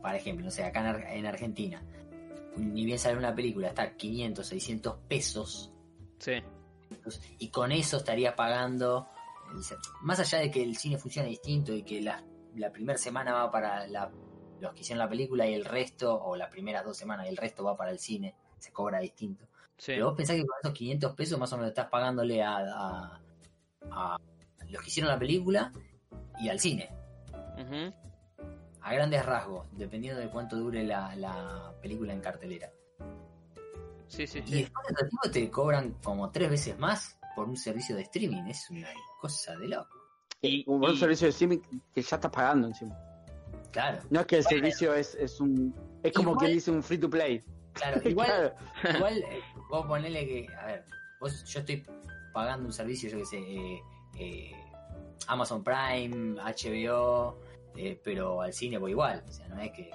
por ejemplo, no sé, acá en, Ar- en Argentina, ni bien sale una película, está 500, 600 pesos, Sí, entonces, y con eso estaría pagando. eh, dice, Más allá de que el cine funciona distinto y que la, la primera semana va para la- los que hicieron la película y el resto, o las primeras dos semanas y el resto va para el cine, se cobra distinto. sí. Pero vos pensás que con esos 500 pesos más o menos estás pagándole a, a- a los que hicieron la película y al cine. Ujú. a grandes rasgos, dependiendo de cuánto dure la, la película en cartelera. Sí, sí, Y sí. después de otro tiempo te cobran como tres veces más por un servicio de streaming. Es una cosa de loco. Y- un buen y- servicio de streaming que ya estás pagando encima. Claro, No es que el servicio es, es un. Es como Igual- quien dice un free to play. claro. Igual, Claro. igual eh, vos ponele que, a ver, vos, yo estoy pagando un servicio, yo que sé, eh, eh, Amazon Prime, HBO, eh, pero al cine voy igual. O sea, no es que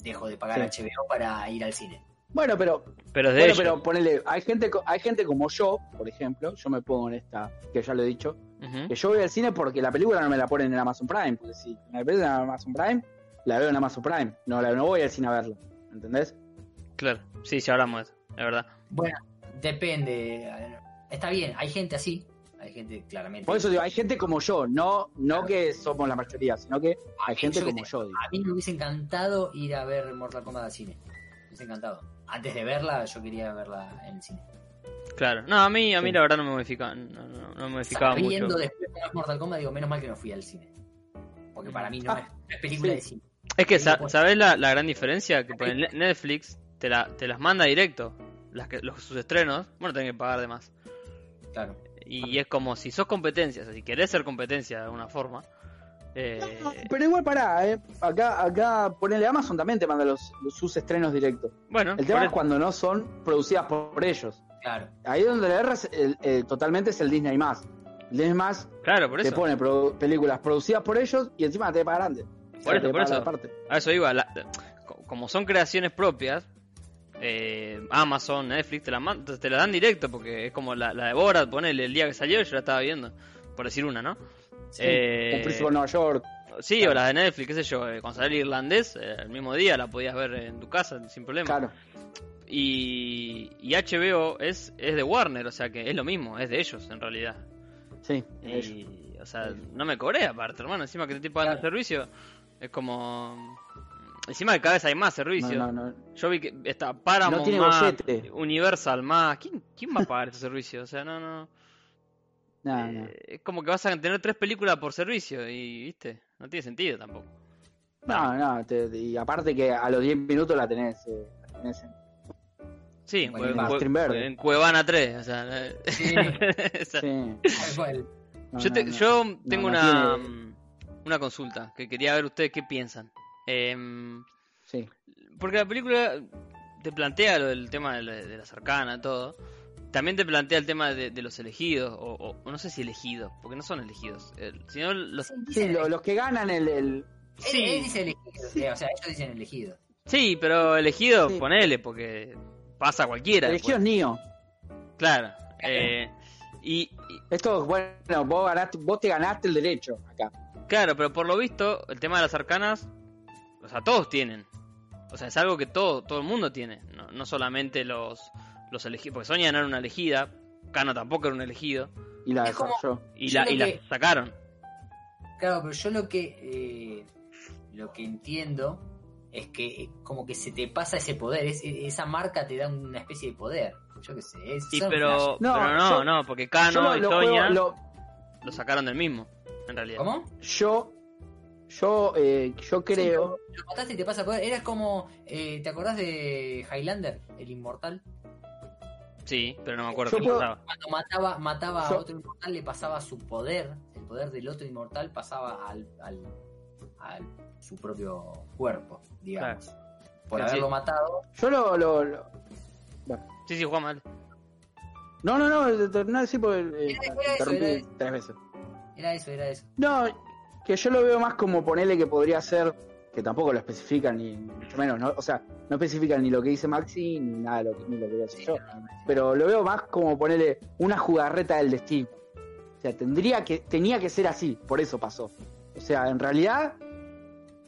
dejo de pagar HBO para ir al cine. Bueno, pero Pero es de Bueno, ellos. pero ponele, hay gente, co- hay gente como yo, por ejemplo, yo me pongo en esta, que ya lo he dicho, Ujú. que yo voy al cine porque la película no me la ponen en Amazon Prime, porque si me la ponen en Amazon Prime, la veo en Amazon Prime, no, la, no voy al cine a verla, ¿entendés? Claro, sí, ya hablamos de eso, es verdad. Bueno, depende. a ver, Está bien, hay gente así. Hay gente claramente. Por eso digo, hay gente como yo, no, no que somos la mayoría, sino que hay gente Yo que como te- yo, digo. A mí me hubiese encantado ir a ver Mortal Kombat al cine. Me hubiese encantado. Antes de verla, yo quería verla en el cine. Claro, no, a mí, a mí Sí. la verdad no me modificaba, no, no- no me modificaba Sabiendo mucho. después de ver Mortal Kombat, digo, menos mal que no fui al cine. Porque para mí no Ah, es no es película sí. de cine. Es que, Sí, sa- pues. ¿sabés la, la gran diferencia? Que por el Ne- Netflix te, la, te las manda directo, las que, los, sus estrenos, bueno, tenés que pagar de más. Claro. Y es como si sos competencia, o sea, si querés ser competencia de alguna forma. eh, Pero igual pará, ¿eh? acá, acá ponele Amazon también te manda los, los- sus estrenos directos. bueno, El tema por es eso. cuando no son producidas por ellos. Claro. Ahí donde le erras el- el- totalmente es el Disney más. El Disney más claro, por te eso. pone produ- películas producidas por ellos y encima te paga grande. Por eso, por eso. Aparte. A eso iba. la- co- como son creaciones propias, eh, Amazon, Netflix, te la, man- te la dan directo porque es como la, la de Borat, ponele, el día que salió yo la estaba viendo, por decir una, ¿no? Eh, Un príncipe de Nueva York. sí, o las de Netflix, qué sé yo, eh, cuando salió el irlandés, eh, el mismo día la podías ver en tu casa sin problema. Claro. Y, y HBO es, es de Warner, o sea que es lo mismo, es de ellos en realidad. Sí. ellos. Y, o sea, no me cobré aparte, hermano. Encima que te estoy pagando Claro. el servicio, es como. Encima que cada vez hay más servicios. No, no, no. Yo vi que está Paramount No tiene más, bollete. Universal más. ¿Quién, ¿Quién va a pagar este servicio? O sea, no, no. No, Eh, Ah, no. Es como que vas a tener tres películas por servicio y, viste, no tiene sentido tampoco. No, no, te- y aparte que a los 10 minutos la tenés. eh, la tenés en- Sí, en, Bueno, Cue- en Cue- Stream Verde. en Cuevana 3. O sea, eh, Sí, o sea, sí. tal cual. No, yo, no, te- no. yo tengo no una, tiene- mm, una consulta que quería ver ustedes qué piensan. Em, Sí. Porque la película te plantea lo del tema de la, de la cercana, todo. También te plantea el tema de, de los elegidos, o, o- no sé si elegidos, porque no son elegidos, eh, sino los... Sí, lo- los que ganan el. el- Él, él dice elegido. eh, O sea, ellos dicen elegido. Sí, pero elegidos, Sí. ponele, porque pasa cualquiera. el elegido es después. Neo. Claro. eh, y, y- Esto, bueno, vos, ganaste, vos te ganaste el derecho acá. claro, pero por lo visto, el tema de las cercanas, o sea, todos tienen. O sea, es algo que todo, todo el mundo tiene, no, no solamente los, los elegidos, porque Sonia no era una elegida, Cano tampoco era un elegido, Y la Es como- desarrolló. y, Yo la, creo y la que- sacaron. Claro, pero yo lo que eh, lo que entiendo es que eh, como que se te pasa ese poder, es- e- esa marca te da una especie de poder. Yo qué sé, es, Sí, son pero No, no, pero no, yo- Ah, no, porque Yo Cano lo- y lo juego- Sonia lo... lo- sacaron del mismo, en realidad. ¿Cómo? yo. Yo, eh, yo creo. Lo mataste y te pasa poder. Era como, eh, ¿te acordás de Highlander, el inmortal? Sí, pero no me acuerdo Yo qué puedo- pasaba. Cuando mataba, mataba a Yo- otro inmortal, le pasaba su poder, el poder del otro inmortal pasaba al, al, al- su propio cuerpo, digamos. Por Claro, haberlo sí. matado, Yo lo- lo- lo Sí, sí, Juan mal. No, no, no, terminá de decir porque eh, Era- te era eso, interrumpí era eso. tres veces. Era eso, era eso. No, que yo lo veo más como ponerle que podría ser, que tampoco lo especifican, ni mucho menos, ¿no? o sea, no especifican ni lo que dice Maxi, ni nada de lo que, ni lo que voy a decir Sí, yo, no, no, no. pero lo veo más como ponerle una jugarreta del destino. O sea, tendría que, tenía que ser así, por eso pasó. O sea, en realidad,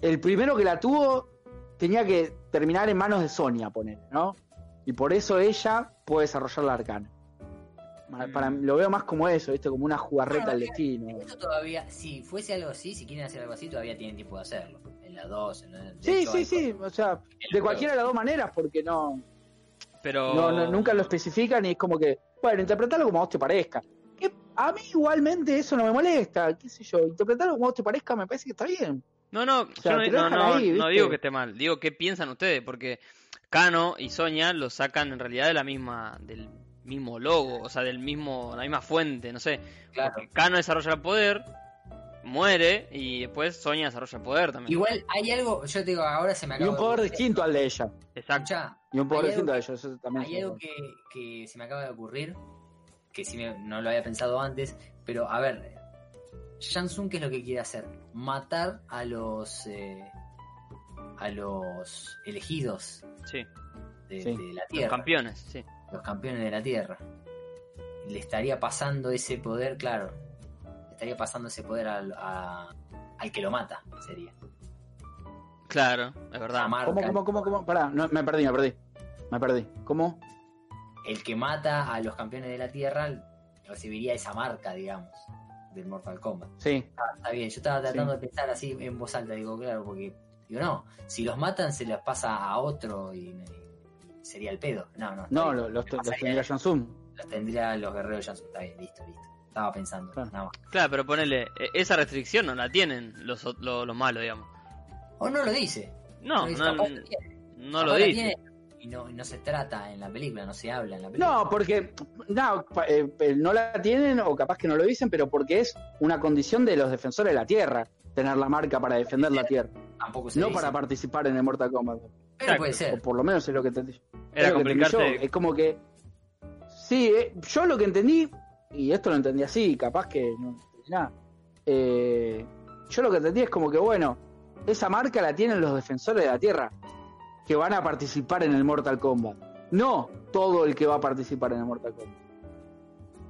el primero que la tuvo tenía que terminar en manos de Sonia, poner, ¿no? Y por eso ella puede desarrollar la arcana. Para, para- lo veo más como eso, ¿viste? Como una jugarreta del destino. Esto todavía, si fuese algo así, si quieren hacer algo así, todavía tienen tiempo de hacerlo. En las dos, en la, de Sí, hecho, sí, hay sí, o sea, de cualquiera de las dos maneras, porque no, Pero. no, no- nunca lo especifican y es como que, bueno, interpretalo como a vos te parezca. Que a mí igualmente eso no me molesta, qué sé yo, interpretalo como a vos te parezca me parece que está bien. No, no, sea, yo no, te no, lo dejan no- ahí, no ¿viste? digo que esté mal, digo qué piensan ustedes, porque Cano y Sonia lo sacan en realidad de la misma, del mismo logo, o sea, del mismo, la misma fuente, no sé. Claro. Porque Cano desarrolla el poder, muere, y después Sonia desarrolla el poder también. Igual hay algo, yo te digo, ahora se me Y acaba un poder de ocurrir. distinto al de ella. Exacto. Escuchá, Y un poder Hay distinto algo- al de ella, eso también. hay es algo un- que, que se me acaba de ocurrir, que si me- no lo había pensado antes, pero a ver, Jansun, ¿qué es lo que quiere hacer? Matar a los eh, a los elegidos Sí, de, Sí. de la los Tierra. campeones, sí. los campeones de la Tierra. Le estaría pasando ese poder, claro. Le estaría pasando ese poder al, a- al que lo mata, sería. Claro, es verdad. Amarca, ¿Cómo, cómo, cómo, cómo? Pará, no, me perdí, me perdí. Me perdí. ¿Cómo? El que mata a los campeones de la Tierra recibiría esa marca, digamos, del Mortal Kombat. Sí, Ah, Está bien, yo estaba tratando de pensar así en voz alta, digo, claro, porque. Digo, no, si los matan se los pasa a otro y, y sería el pedo. No, no. está no, bien. lo- los, Le te- los pasaría- tendría John Zoom. los tendría los guerreros Jansun. Está bien, listo, listo. Estaba pensando, Claro. nada más. Claro, pero ponele, e- esa restricción no la tienen los, o- lo- los malos, digamos. O no lo dice. No, dice, no, capaz no, lo tiene. lo Capaz la dice. tiene Y no, y no se trata en la película, no se habla en la película. No, porque no, pa- eh, eh, no la tienen o capaz que no lo dicen, pero porque es una condición de los defensores de la Tierra tener la marca para defender la Tierra, tampoco se no dice. para participar en el Mortal Kombat. Pero puede ser. O por lo menos es lo que entendí. es Era lo que eh. entendí complicarse. yo. Es como que. Sí, eh, yo lo que entendí, y esto lo entendí así, capaz que no entendí nada. eh, yo lo que entendí es como que, bueno, esa marca la tienen los defensores de la Tierra, que van a participar en el Mortal Kombat. No todo el que va a participar en el Mortal Kombat.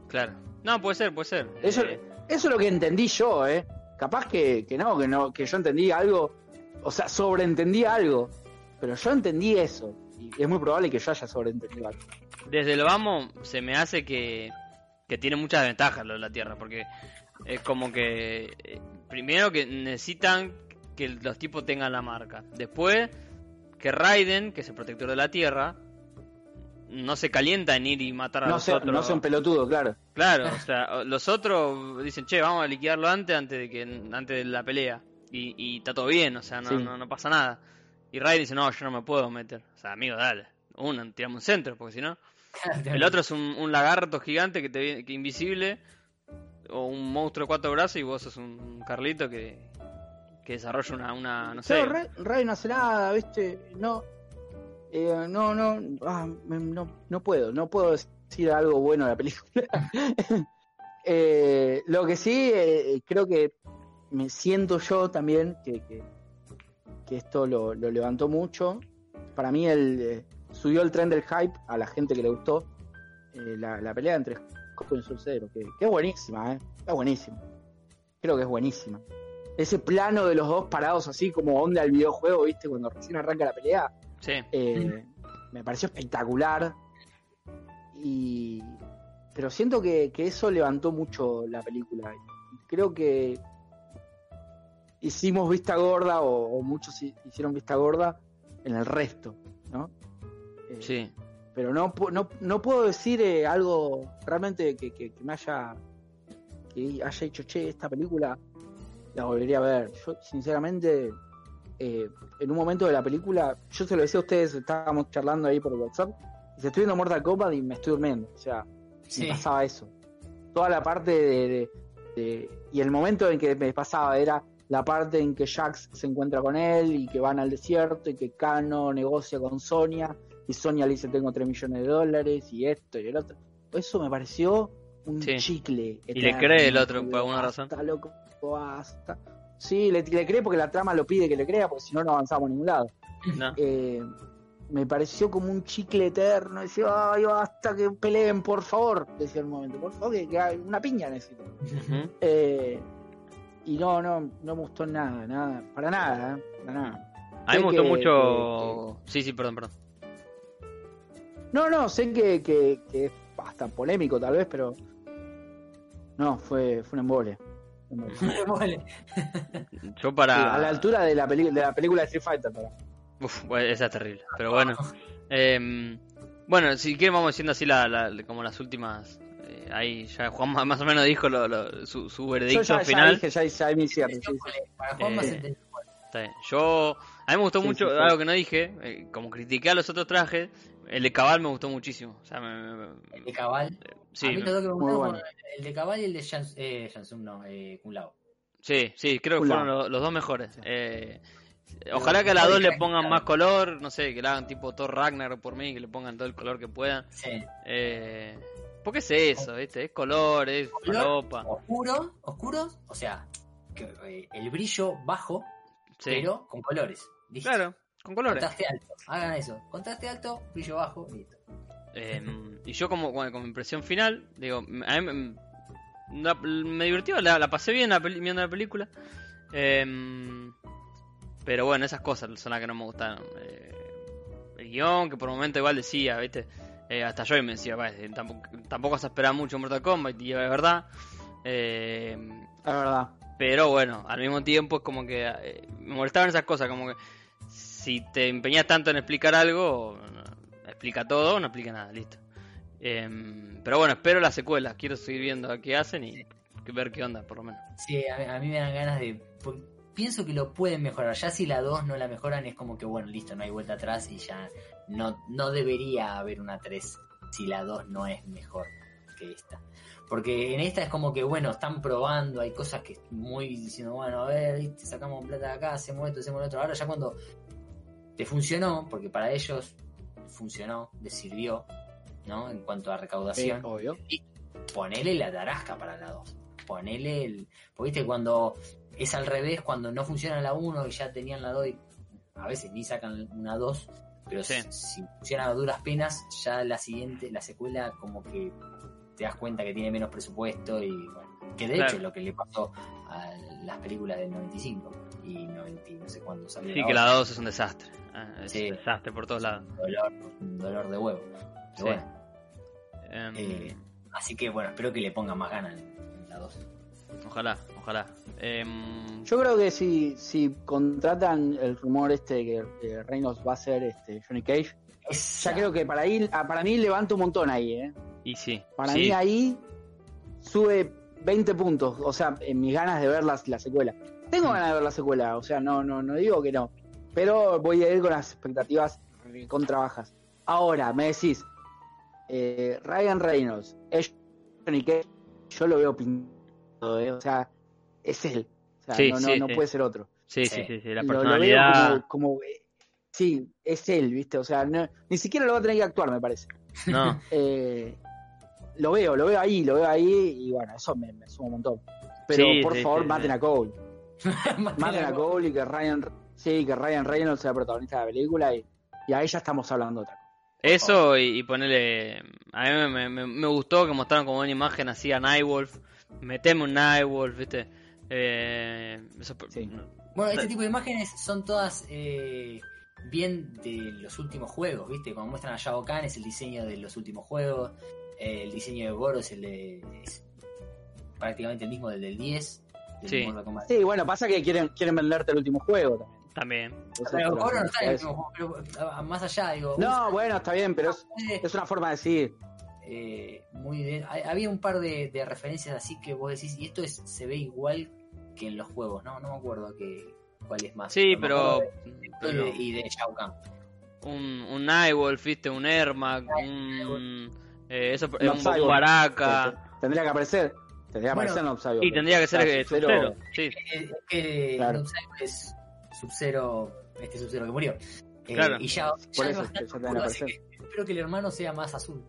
Claro. No, puede ser, puede ser. Eso, Eh, eso es lo que entendí yo, ¿eh? Capaz que, que no, que no, que yo entendí algo, o sea, sobreentendí algo, pero yo entendí eso. Y es muy probable que yo haya sobreentendido algo. desde lo vamos se me hace que, que tiene muchas ventajas lo de la Tierra, porque es como que eh, primero que necesitan que los tipos tengan la marca, después que Raiden, que es el protector de la Tierra, no se calienta en ir y matar a No los sé, otros. no son pelotudos, claro. Claro, o sea, los otros dicen, che, vamos a liquidarlo antes, antes de que, antes de la pelea. Y, y está todo bien, o sea, no, Sí. no, no pasa nada. Y Raiden dice, no, yo no me puedo meter. O sea, amigo, dale. Uno, tiramos un centro, porque si no. El otro es un, un lagarto gigante que te viene- que invisible. O un monstruo de cuatro brazos y vos sos un Carlito que, que desarrolla una, una no sé. Pero Ray, Ray no hace nada, ¿viste? No. eh, no, no, ah, me- no. No puedo, no puedo decir algo bueno de la película. Eh, lo que sí, eh, creo que me siento yo también que, que, que esto lo, lo levantó mucho. Para mí, el, eh, subió el tren del hype a la gente que le gustó eh, la, la pelea entre Cosco y Sorcero, que, que es buenísima, ¿eh? Es buenísima. Creo que es buenísima ese plano de los dos parados así como onda el videojuego, ¿viste? Cuando recién arranca la pelea, Sí, eh, me pareció espectacular. Y... Pero siento que, que eso levantó mucho la película. Creo que hicimos vista gorda o, o muchos hi- hicieron vista gorda en el resto, ¿no? Eh, sí. pero no, pu- no, no puedo decir eh, algo realmente que, que- que me haya que haya hecho che esta película la volvería a ver yo sinceramente eh, en un momento de la película yo se lo decía a ustedes estábamos charlando ahí por WhatsApp y se estoy viendo Mortal Kombat y me estoy durmiendo o sea Sí. me pasaba eso toda la parte de, de- de- y el momento en que me pasaba era la parte en que Jax se encuentra con él y que van al desierto y que Kano negocia con Sonia y Sonia le dice tengo 3 millones de dólares y esto y el otro. eso me pareció un Sí. chicle. Y le eterno, cree el otro, pues, por boludo. alguna razón. Basta, loco, basta. Sí, le, le cree porque la trama lo pide que le crea, porque si no, no avanzamos a ningún lado. No. Eh, me pareció como un chicle eterno. Decía, ay, basta que peleen, por favor. Decía en un momento, por favor, que, que haga una piña necesito. Ujú. Eh, y no, no, no me gustó nada, nada, para nada, ¿eh? para nada. A Sé mí me gustó que- mucho. Sí, sí, perdón, perdón. No, no, sé que, que, que es hasta polémico tal vez, pero no, fue, fue un embole. Un embole. Ah. Sí, Mole. Yo para. a la altura de la, peli- de la película de Street Fighter, para. Uf, bueno, esa es terrible. Pero bueno. Eh, bueno, si quieren vamos diciendo así la, la- como las últimas. eh, ahí ya Juan más más o menos dijo lo- lo- su, su Yo veredicto ya, ya final. dije, ya, ya di mi cierre. sí, sí. Para Juanma Eh, se te- Está bien. Yo. A mí me gustó Sí, mucho sí, sí. algo que no dije. eh, como critiqué a los otros trajes, el de Cabal me gustó muchísimo. O sea, me- me- me- el de Cabal. sí, a mí me- los dos que me Muy gustaron bueno. fueron el de Cabal y el de Shans- eh, Shansung, no, eh, Kung Lao. sí, sí, creo que Hola. fueron los, los dos mejores. Eh, ojalá que a las dos le pongan más color. No sé, que le hagan tipo Thor Ragnar por mí, que le pongan todo el color que puedan. Sí. Eh, ¿Por qué es eso? ¿viste? Es color, es ¿Color? falopa. Oscuro, oscuros, o sea, que, eh, el brillo bajo, Sí. pero con colores. Listo. Claro, con colores. Contraste alto, hagan eso. Contraste alto, brillo bajo, listo. Eh, y yo como, bueno, como impresión final, digo, a mí me- la- me divirtió, la, la pasé bien la peli- viendo la película. Eh, pero bueno, esas cosas son las que no me gustaron. Eh, el guión, que por un momento igual decía, ¿viste? Eh, hasta yo me decía, "Va, eh, tampoco, tampoco se esperaba mucho en Mortal Kombat, y es verdad. Eh, La verdad. Pero bueno, al mismo tiempo es como que eh, me molestaban esas cosas, como que si te empeñas tanto en explicar algo, no, explica todo o no explica nada, listo. Em, pero bueno, espero las secuelas, quiero seguir viendo a qué hacen y ver qué onda, por lo menos. Sí, a mí, a mí me dan ganas de. por- Pienso que lo pueden mejorar. Ya si la 2 no la mejoran, es como que bueno, listo, no hay vuelta atrás y ya no, no debería haber una 3 si la 2 no es mejor que esta. Porque en esta es como que bueno, están probando, hay cosas que muy diciendo, bueno, a ver, ¿viste? sacamos plata de acá, hacemos esto, hacemos lo otro. Ahora ya cuando te funcionó, porque para ellos funcionó, les sirvió, ¿no? En cuanto a recaudación obvio. ponele la tarasca para la 2. Ponele el. Porque viste, cuando es al revés, cuando no funciona la 1 y ya tenían la 2, y a veces ni sacan una 2, pero Sí. si- si funciona a duras penas, ya la siguiente, la secuela, como que te das cuenta que tiene menos presupuesto y bueno. Que de Claro. hecho es lo que le pasó a las películas del 95 y 90, y no sé cuándo salió. Sí, que otra. la 2 es un desastre, Ah, es Sí. un desastre por todos lados. Un dolor, un dolor de huevo. Pero Sí. bueno, Em, Eh. así que bueno, espero que le pongan más ganas en, en la 2. Ojalá, ojalá. Em, Yo creo que si, si contratan el rumor este que, que Reynolds va a ser este Johnny Cage, ya creo que para ahí, ah, para mí levanta un montón ahí, eh. Y sí, Para sí, mí ahí sube 20 puntos, o sea, en mis ganas de ver las- la, secuela. Mm. Tengo ganas de ver la secuela, o sea, no, no, no digo que no, pero voy a ir con las expectativas contra bajas. Ahora, me decís, eh, Ryan Reynolds, es Johnny Cage, yo lo veo pintado, eh, o sea, es él, o sea, Sí, no, no, sí, no sí. puede ser otro sí, sí, sí, sí, la lo- lo veo personalidad. como, como, eh, sí, es él, ¿viste? O sea, no- ni siquiera lo va a tener que actuar, me parece. No, Eh, lo veo, lo veo ahí, lo veo ahí, y bueno, eso me, me suma un montón. Pero Sí, por sí, favor, sí, maten sí. a Cole. Maten Maten a a Cole. Cole y que Ryan, sí, que Ryan Reynolds sea protagonista de la película, y, y ahí ya estamos hablando de otra cosa. Eso y, y ponerle. A mí me, me- me- me gustó que mostraron como una imagen así a Nightwolf. Meteme un Nightwolf, ¿viste? Eh, eso- Sí. Bueno, este tipo de imágenes son todas eh, bien de los últimos juegos, ¿viste? Cuando muestran a Shao Kahn es el diseño de los últimos juegos, eh, el diseño de Goro es, el de- es prácticamente el mismo del del 10. Del Sí. Mortal Kombat. Sí, bueno, pasa que quieren, quieren venderte el último juego también. También. Entonces, Pero pero- Goro no está en el eso. último juego, Ah, pero ah, más allá, digo... No, bueno, está bien, pero es, puede- es una forma de decir. eh, muy bien. Ha- Había un par de, de referencias así que vos decís, y esto es, se ve igual que en los juegos, ¿no? No me acuerdo que, cuál es más. Sí, Me pero. acuerdo de- pero Y de Shao Kahn. un, un Nightwolf, ¿viste? Un Ermac, un. eh, eso, eh, Los un, Cyborg. Baraka. eh, Tendría que aparecer. Tendría que Bueno. aparecer en Obsavio. Y tendría que ser Claro, eh, Sub-Zero. Sub-Zero, Sí, Eh, es que Claro. Sub-Zero es Sub-Zero, este Sub-Zero que murió. Eh, Claro. Y ya, ya Por es eso, bastante que ya te van a oscuro, así aparecer. que espero que el hermano sea más azul.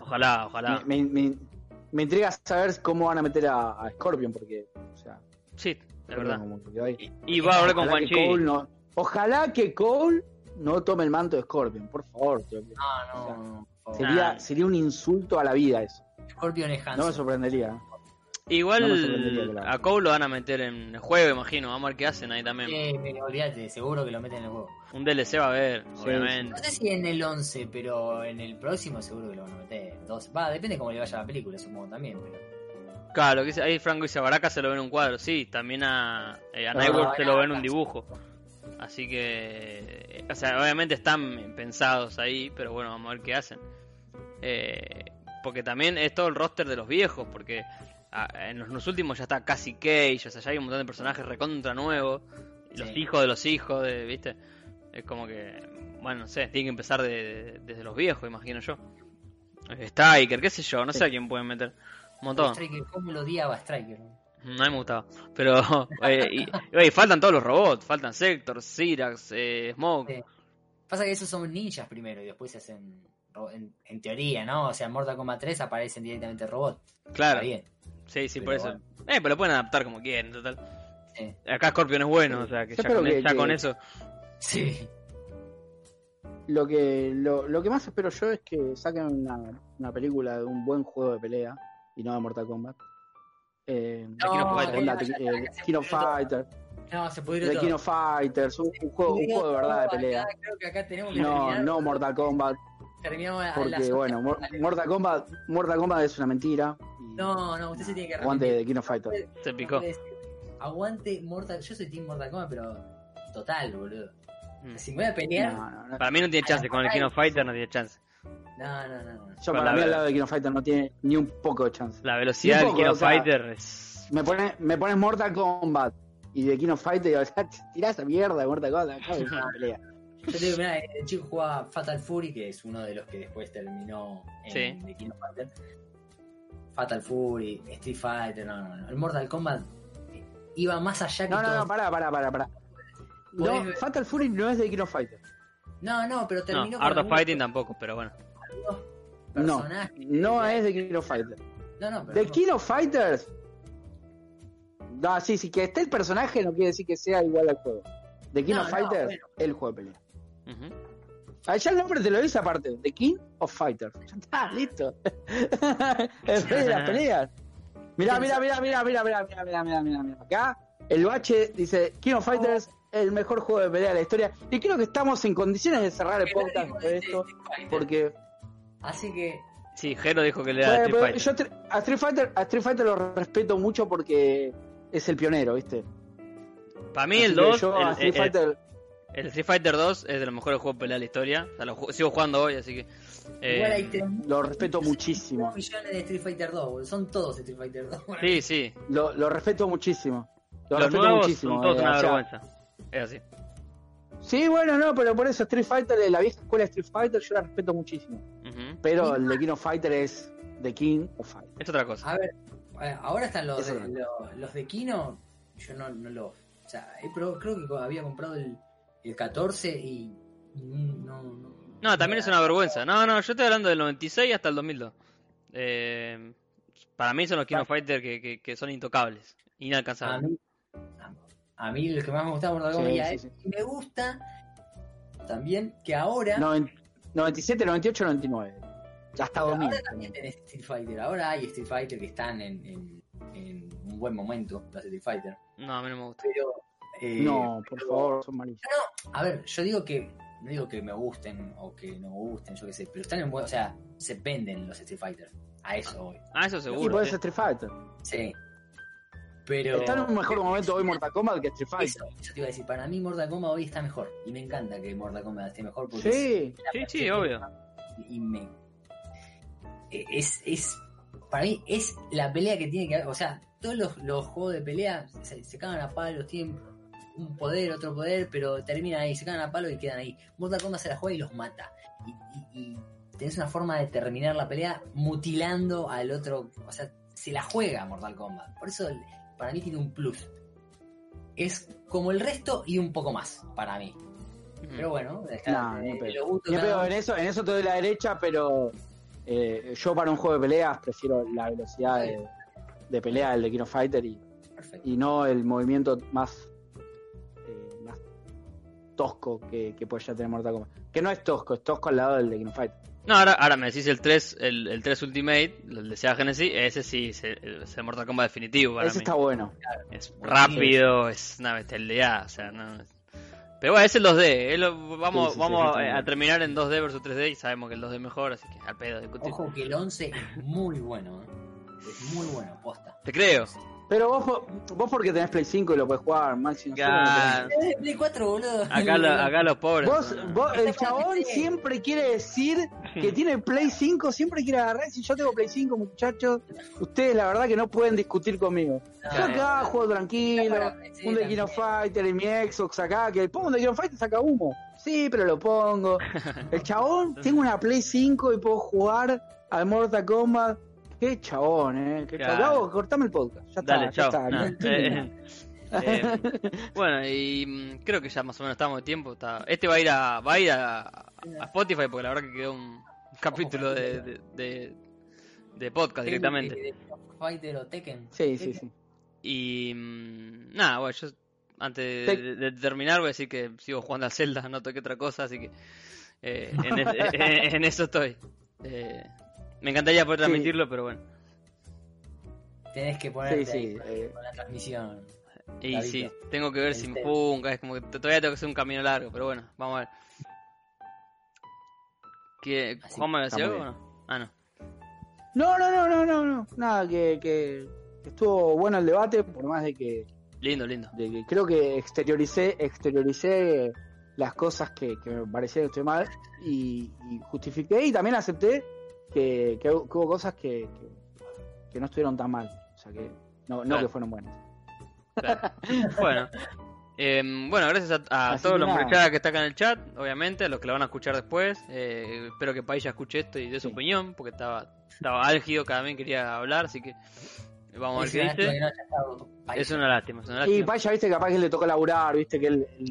Ojalá, ojalá. Me, me- me- me intriga saber cómo van a meter a, a Scorpion, porque, o sea, Sí, la Scorpion verdad. como que hoy- Y, y va a hablar con Eh, ojalá que Juanchi. Cole no- ojalá que Cole no tome el manto de Scorpion, por favor. te lo pido. Ah, O sea, no. por favor. Sería, Ah. sería un insulto a la vida eso. Scorpion es No me Hanson. sorprendería. No me sorprendería que Igual la- a Cole lo van a meter en el juego, imagino. Vamos a ver qué hacen ahí también. Eh, pero olvídate, seguro que lo meten en el juego. Un DLC va a haber, Sí, No obviamente. sé si en el 11, pero en el próximo seguro que lo van a meter. Dos. Va, depende cómo le vaya a la película, supongo también. Pero... Claro, lo que dice, ahí Franco dice a Baraka se lo ve en un cuadro. Sí, también a, eh, a Nightwolf se lo ve en un dibujo. Así que. eh, O sea, obviamente están pensados ahí, pero bueno, vamos a ver qué hacen. Eh, porque también es todo el roster de los viejos, porque ah, en los, los últimos ya está casi Cage, o sea, ya hay un montón de personajes recontra nuevos. y Los Sí. hijos de los hijos, de, ¿viste? Es como que. Bueno, no sé, tienen que empezar de- desde los viejos, imagino yo. Striker, qué sé yo, no sé a quién pueden meter. Un montón. Striker, ¿cómo lo odiaba Striker? No me gustaba. Pero, eh, y, oye, faltan todos los robots. Faltan Sector, Sirax, eh, Smoke. Sí. Pasa que esos son ninjas primero y después se hacen. ro- En, en teoría, ¿no? O sea, en Mortal Kombat 3 aparecen directamente robots. claro. Está bien. Sí, sí, Pero por eso. bueno. Eh, pero lo pueden adaptar como quieren, total. Sí. Acá Scorpion es bueno, o sea, que Yo ya, creo con, e-, que- ya que- con eso. Sí. Lo que, lo, lo que más espero yo es que saquen una, una película de un buen juego de pelea y no de Mortal Kombat. Eh, No, King of Fighters. onda, ya, ya, eh, ya se King of pudrió todo. Fighter, No, se pudrió The todo. King of Fighters, un, un juego, un Pudrió juego de verdad de todo. pelea. Acá creo que acá tenemos que No, terminar. no Mortal Kombat, Terminamos a- a las porque ocho. bueno, Mor- Mortal Kombat, Mortal Kombat es una mentira. y No, no, usted se tiene que Aguante arrepentir. de King of Fighters. Se No picó. puede ser. Aguante Mortal Yo soy Team Mortal Kombat, pero total, boludo. Mm. Si me voy a pelear. No, no, no. Para mí no tiene chance. Con el King of Fighter no tiene chance. No, no, no. no. Yo Con para la mí al verdad. lado de King of Fighter no tiene ni un poco de chance. La velocidad Un del poco, King o of sea- Fighter es. Me pones me pones Mortal Kombat y de King of Fighter y o sea, tirá esa mierda de Mortal Kombat. acá es una pelea. Yo te digo, mirá, eh, el chico jugaba Fatal Fury, que es uno de los que después terminó en Sí. The King of Fighter. Fatal Fury, Street Fighter, no, no, no. El Mortal Kombat iba más allá que No, no, todo. no, pará, pará, pará, pará. No, Podés- Fatal Fury no Pues es de King of Fighter. no, no, pero No, terminó Art of algunos Fighting tampoco, pero bueno. No, personajes. no es de King of Fighter. No, no, pero De King of Fighters. No, sí, sí, que esté el personaje no quiere decir que sea igual al juego. De King No, of no, Fighters, bueno. el juego de pelea. Ujú. Ah, ya el nombre te lo dice aparte. The King of Fighters. Ya está, listo. el rey de las peleas. Mirá, mirá, mirá, mirá, mirá, mirá, mirá, mirá, mirá, mirá, mirá. Acá, el bache dice King of Fighters, el mejor juego de pelea de la historia. Y creo que estamos en condiciones de cerrar el podcast por esto. Porque Así que Sí, Jero dijo que le da Bueno, Street pero Fighter. yo a Street- a Street Fighter, a Street Fighter lo respeto mucho porque es el pionero, ¿viste? Para mí Así el que 2. yo a el- Street el- el- Fighter, El Street Fighter 2 es de los mejores juegos de pelea de la historia. O sea, lo ju- sigo jugando hoy, así que. eh, igual hay 3 lo respeto muchísimo. millones de Street Fighter 2, boludo. Son todos Street Fighter 2. sí, sí. Lo, lo respeto muchísimo. Lo Los respeto nuevos muchísimo. son todos eh, una o sea, vergüenza. Es así. sí, bueno, no, pero por eso Street Fighter, la vieja escuela de Street Fighter, yo la respeto muchísimo. Ujú. Pero el de King of Fighter es The King of Fighter. Es otra Ah, cosa. A ver, eh, ahora están los, Eso de, no. lo- los, de Kino. Yo no, no lo. O sea, he probado- creo que había comprado el, el 14 y. No, no. No, también es una vergüenza. No, no, yo estoy hablando del 96 hasta el 2002. Eh, para mí son los King of Fighter que, que- que son intocables, A inalcanzables. mí, a, a mí el que más me gusta Mortal Sí, Kombat y a sí, él sí. me gusta también que ahora. Noven- 97, 98, 99. Ya hasta 2000. Ahora también tenés Street Fighter. Ahora hay Street Fighter que están en, en- en un buen momento, los Street Fighter. Ah, No, a mí no me gusta. Pero. eh, No, por favor, son malísimos. A ver, yo digo que. No digo que me gusten o que no me gusten, yo qué sé. Pero están en buen. O sea, se venden los Street Fighter. A eso voy. Ah, eso Y por seguro. eso sí. Street Fighter. Sí. Pero. Está en un mejor momento hoy Mortal Kombat que Street Fighter. Eso, eso te iba a decir. Para mí, Mortal Kombat hoy está mejor. Y me encanta que Mortal Kombat esté mejor porque es- Sí. Sí, sí, obvio. y me e- es, es para mí es la pelea que tiene que haber o sea todos los, los juegos de pelea se, se cagan a palos tienen un poder otro poder pero terminan ahí se cagan a palos y quedan ahí Mortal Kombat se la juega y los mata y, y- y tenés una forma de terminar la pelea mutilando al otro o sea se la juega Mortal Kombat por eso el- para mí tiene un plus es como el resto y un poco más para mí Ujú. pero bueno está, No, ni eh, en pedo. los gustos Ni en cada pedo, uno. en eso, en eso te doy la derecha, pero Eh, yo para un juego de peleas prefiero la velocidad de, de pelea del de Kino Fighter y, Perfecto. y no el movimiento más, eh, más tosco que, que puede ya tener Mortal Kombat. Que no es tosco, es tosco al lado del de Kino Fighter. No, ahora, ahora me decís el 3, el, el 3 Ultimate, el de Sega Genesis, ese sí es el, es el Mortal Kombat definitivo para Ese mí. está bueno. Es rápido, es una bestialidad, o sea, no... es- Pero bueno, ese es el 2D, eh, lo- vamos, Sí, sí, sí, vamos sí, a- sí. a, terminar en 2D versus 3D y sabemos que el 2D es mejor, así que al pedo, discutir. Ojo que el 11 es muy bueno, ¿eh? Es muy bueno, posta. Te creo. Pero vos, po- vos porque tenés Play 5 y lo podés jugar, Maxi. nosotros no tenemos. Acá, Es de Play 4, boludo. acá lo- acá los pobres. Vos, no, no. vos- el Está para chabón PC. siempre quiere decir que tiene Play 5, siempre quiere agarrar. Si yo tengo Play 5, muchachos, ustedes la verdad que no pueden discutir conmigo. Yo Claro. acá juego tranquilo, un de Kino Fighter en mi Xbox acá, que pongo un de Kino Fighter saca humo. Sí, pero lo pongo. El chabón, tengo una Play 5 y puedo jugar al Mortal Kombat. Qué chabón, eh. Qué Claro. chabón. Gabo, cortame el podcast. Ya está, Dale, ya chao. está. No, No entiendo eh, nada. eh, bueno, y mm, creo que ya más o menos estamos de tiempo. está- Este va a ir a, va a, ir a, a Spotify porque la verdad que quedó un capítulo de, de, de- de podcast directamente. Fighter o Tekken. Sí, sí, sí. Y mm, nada, bueno, yo antes de, Te- de- de terminar voy a decir que sigo jugando a Zelda, no toqué otra cosa, así que eh, en, es- eh, en eso estoy. Eh, me encantaría poder Sí. transmitirlo, pero bueno. Tenés que ponerte Sí, sí, ahí con- eh. con la transmisión. Y Ladito. sí, tengo que ver si me Este. punca, es como que t- todavía tengo que hacer un camino largo, pero bueno, vamos a ver. ¿Qué, Así, ¿Juan me está hace muy algo o no? Ah, no. No, no, no, no, no, no. Nada, que, que estuvo bueno el debate, por más de que, Lindo, lindo. de que creo que exterioricé, exterioricé las cosas que, que me parecían que estoy mal y, y justifiqué y también acepté que, que hu- que hubo cosas que, que, que no estuvieron tan mal. O sea que no, no Claro. que fueron buenas. Claro. bueno. Em, bueno, gracias a- a, Así todos que los nada. muricadas que están acá en el chat, obviamente, a los que lo van a escuchar después. Eh, espero que Paella escuche esto y dé su Sí. opinión, porque estaba, estaba álgido, cada vez quería hablar, así que vamos a ver Es qué una lástima dice. que no haya estado ahí. Es una lástima, es una Y lástima. Paya, viste, capaz que le tocó laburar, viste, que él, él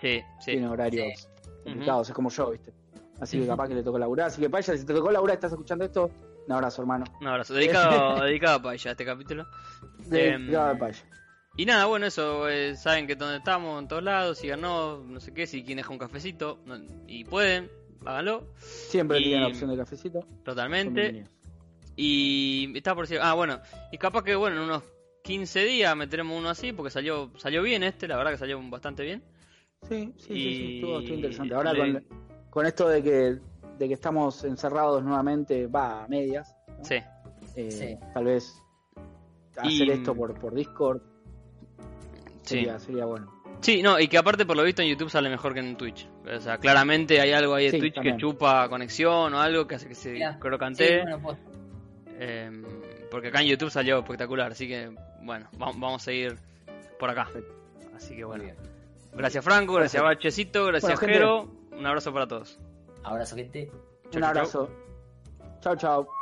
Sí, sí. tiene horarios complicados, es como yo, viste. Así que capaz que le tocó laburar. Así que Paya, si te tocó laburar, estás escuchando esto, un abrazo, hermano. Un abrazo. Dedicado, dedicado a Paella este capítulo. De, Em, de Paya. Y nada, bueno, eso, eh, saben que donde estamos, en todos lados, síganos, no sé qué, si quieren dejar un cafecito, no- y pueden, háganlo, Siempre y- tiene la opción del cafecito. son totalmente. bienvenidos. Y está por decir, ah, bueno, y capaz que, bueno, en unos 15 días meteremos uno así, porque salió salió bien este, la verdad que salió bastante bien. Sí, sí, sí, sí, Y- estuvo, estuvo interesante. Ahora con, le- con esto de que, de que estamos encerrados nuevamente, va a medias, Sí, eh, Sí. tal vez hacer Y- esto por, por Discord sí. sería, sería bueno. Sí, no, y que aparte por lo visto en YouTube sale mejor que en Twitch. O sea, claramente hay algo ahí de Sí, Twitch también. que chupa conexión o algo que hace que se Mirá, crocantee. Sí, bueno, posta. Em, porque acá en YouTube salió espectacular, así que bueno, va- vamos a ir por acá. Así que bueno. Muy bien. Gracias Franco, gracias Perfecto. Bachecito, gracias Bueno, gente. Jero. Un abrazo para todos. Abrazo, gente. Chau, Un chau, abrazo. Chao, chao.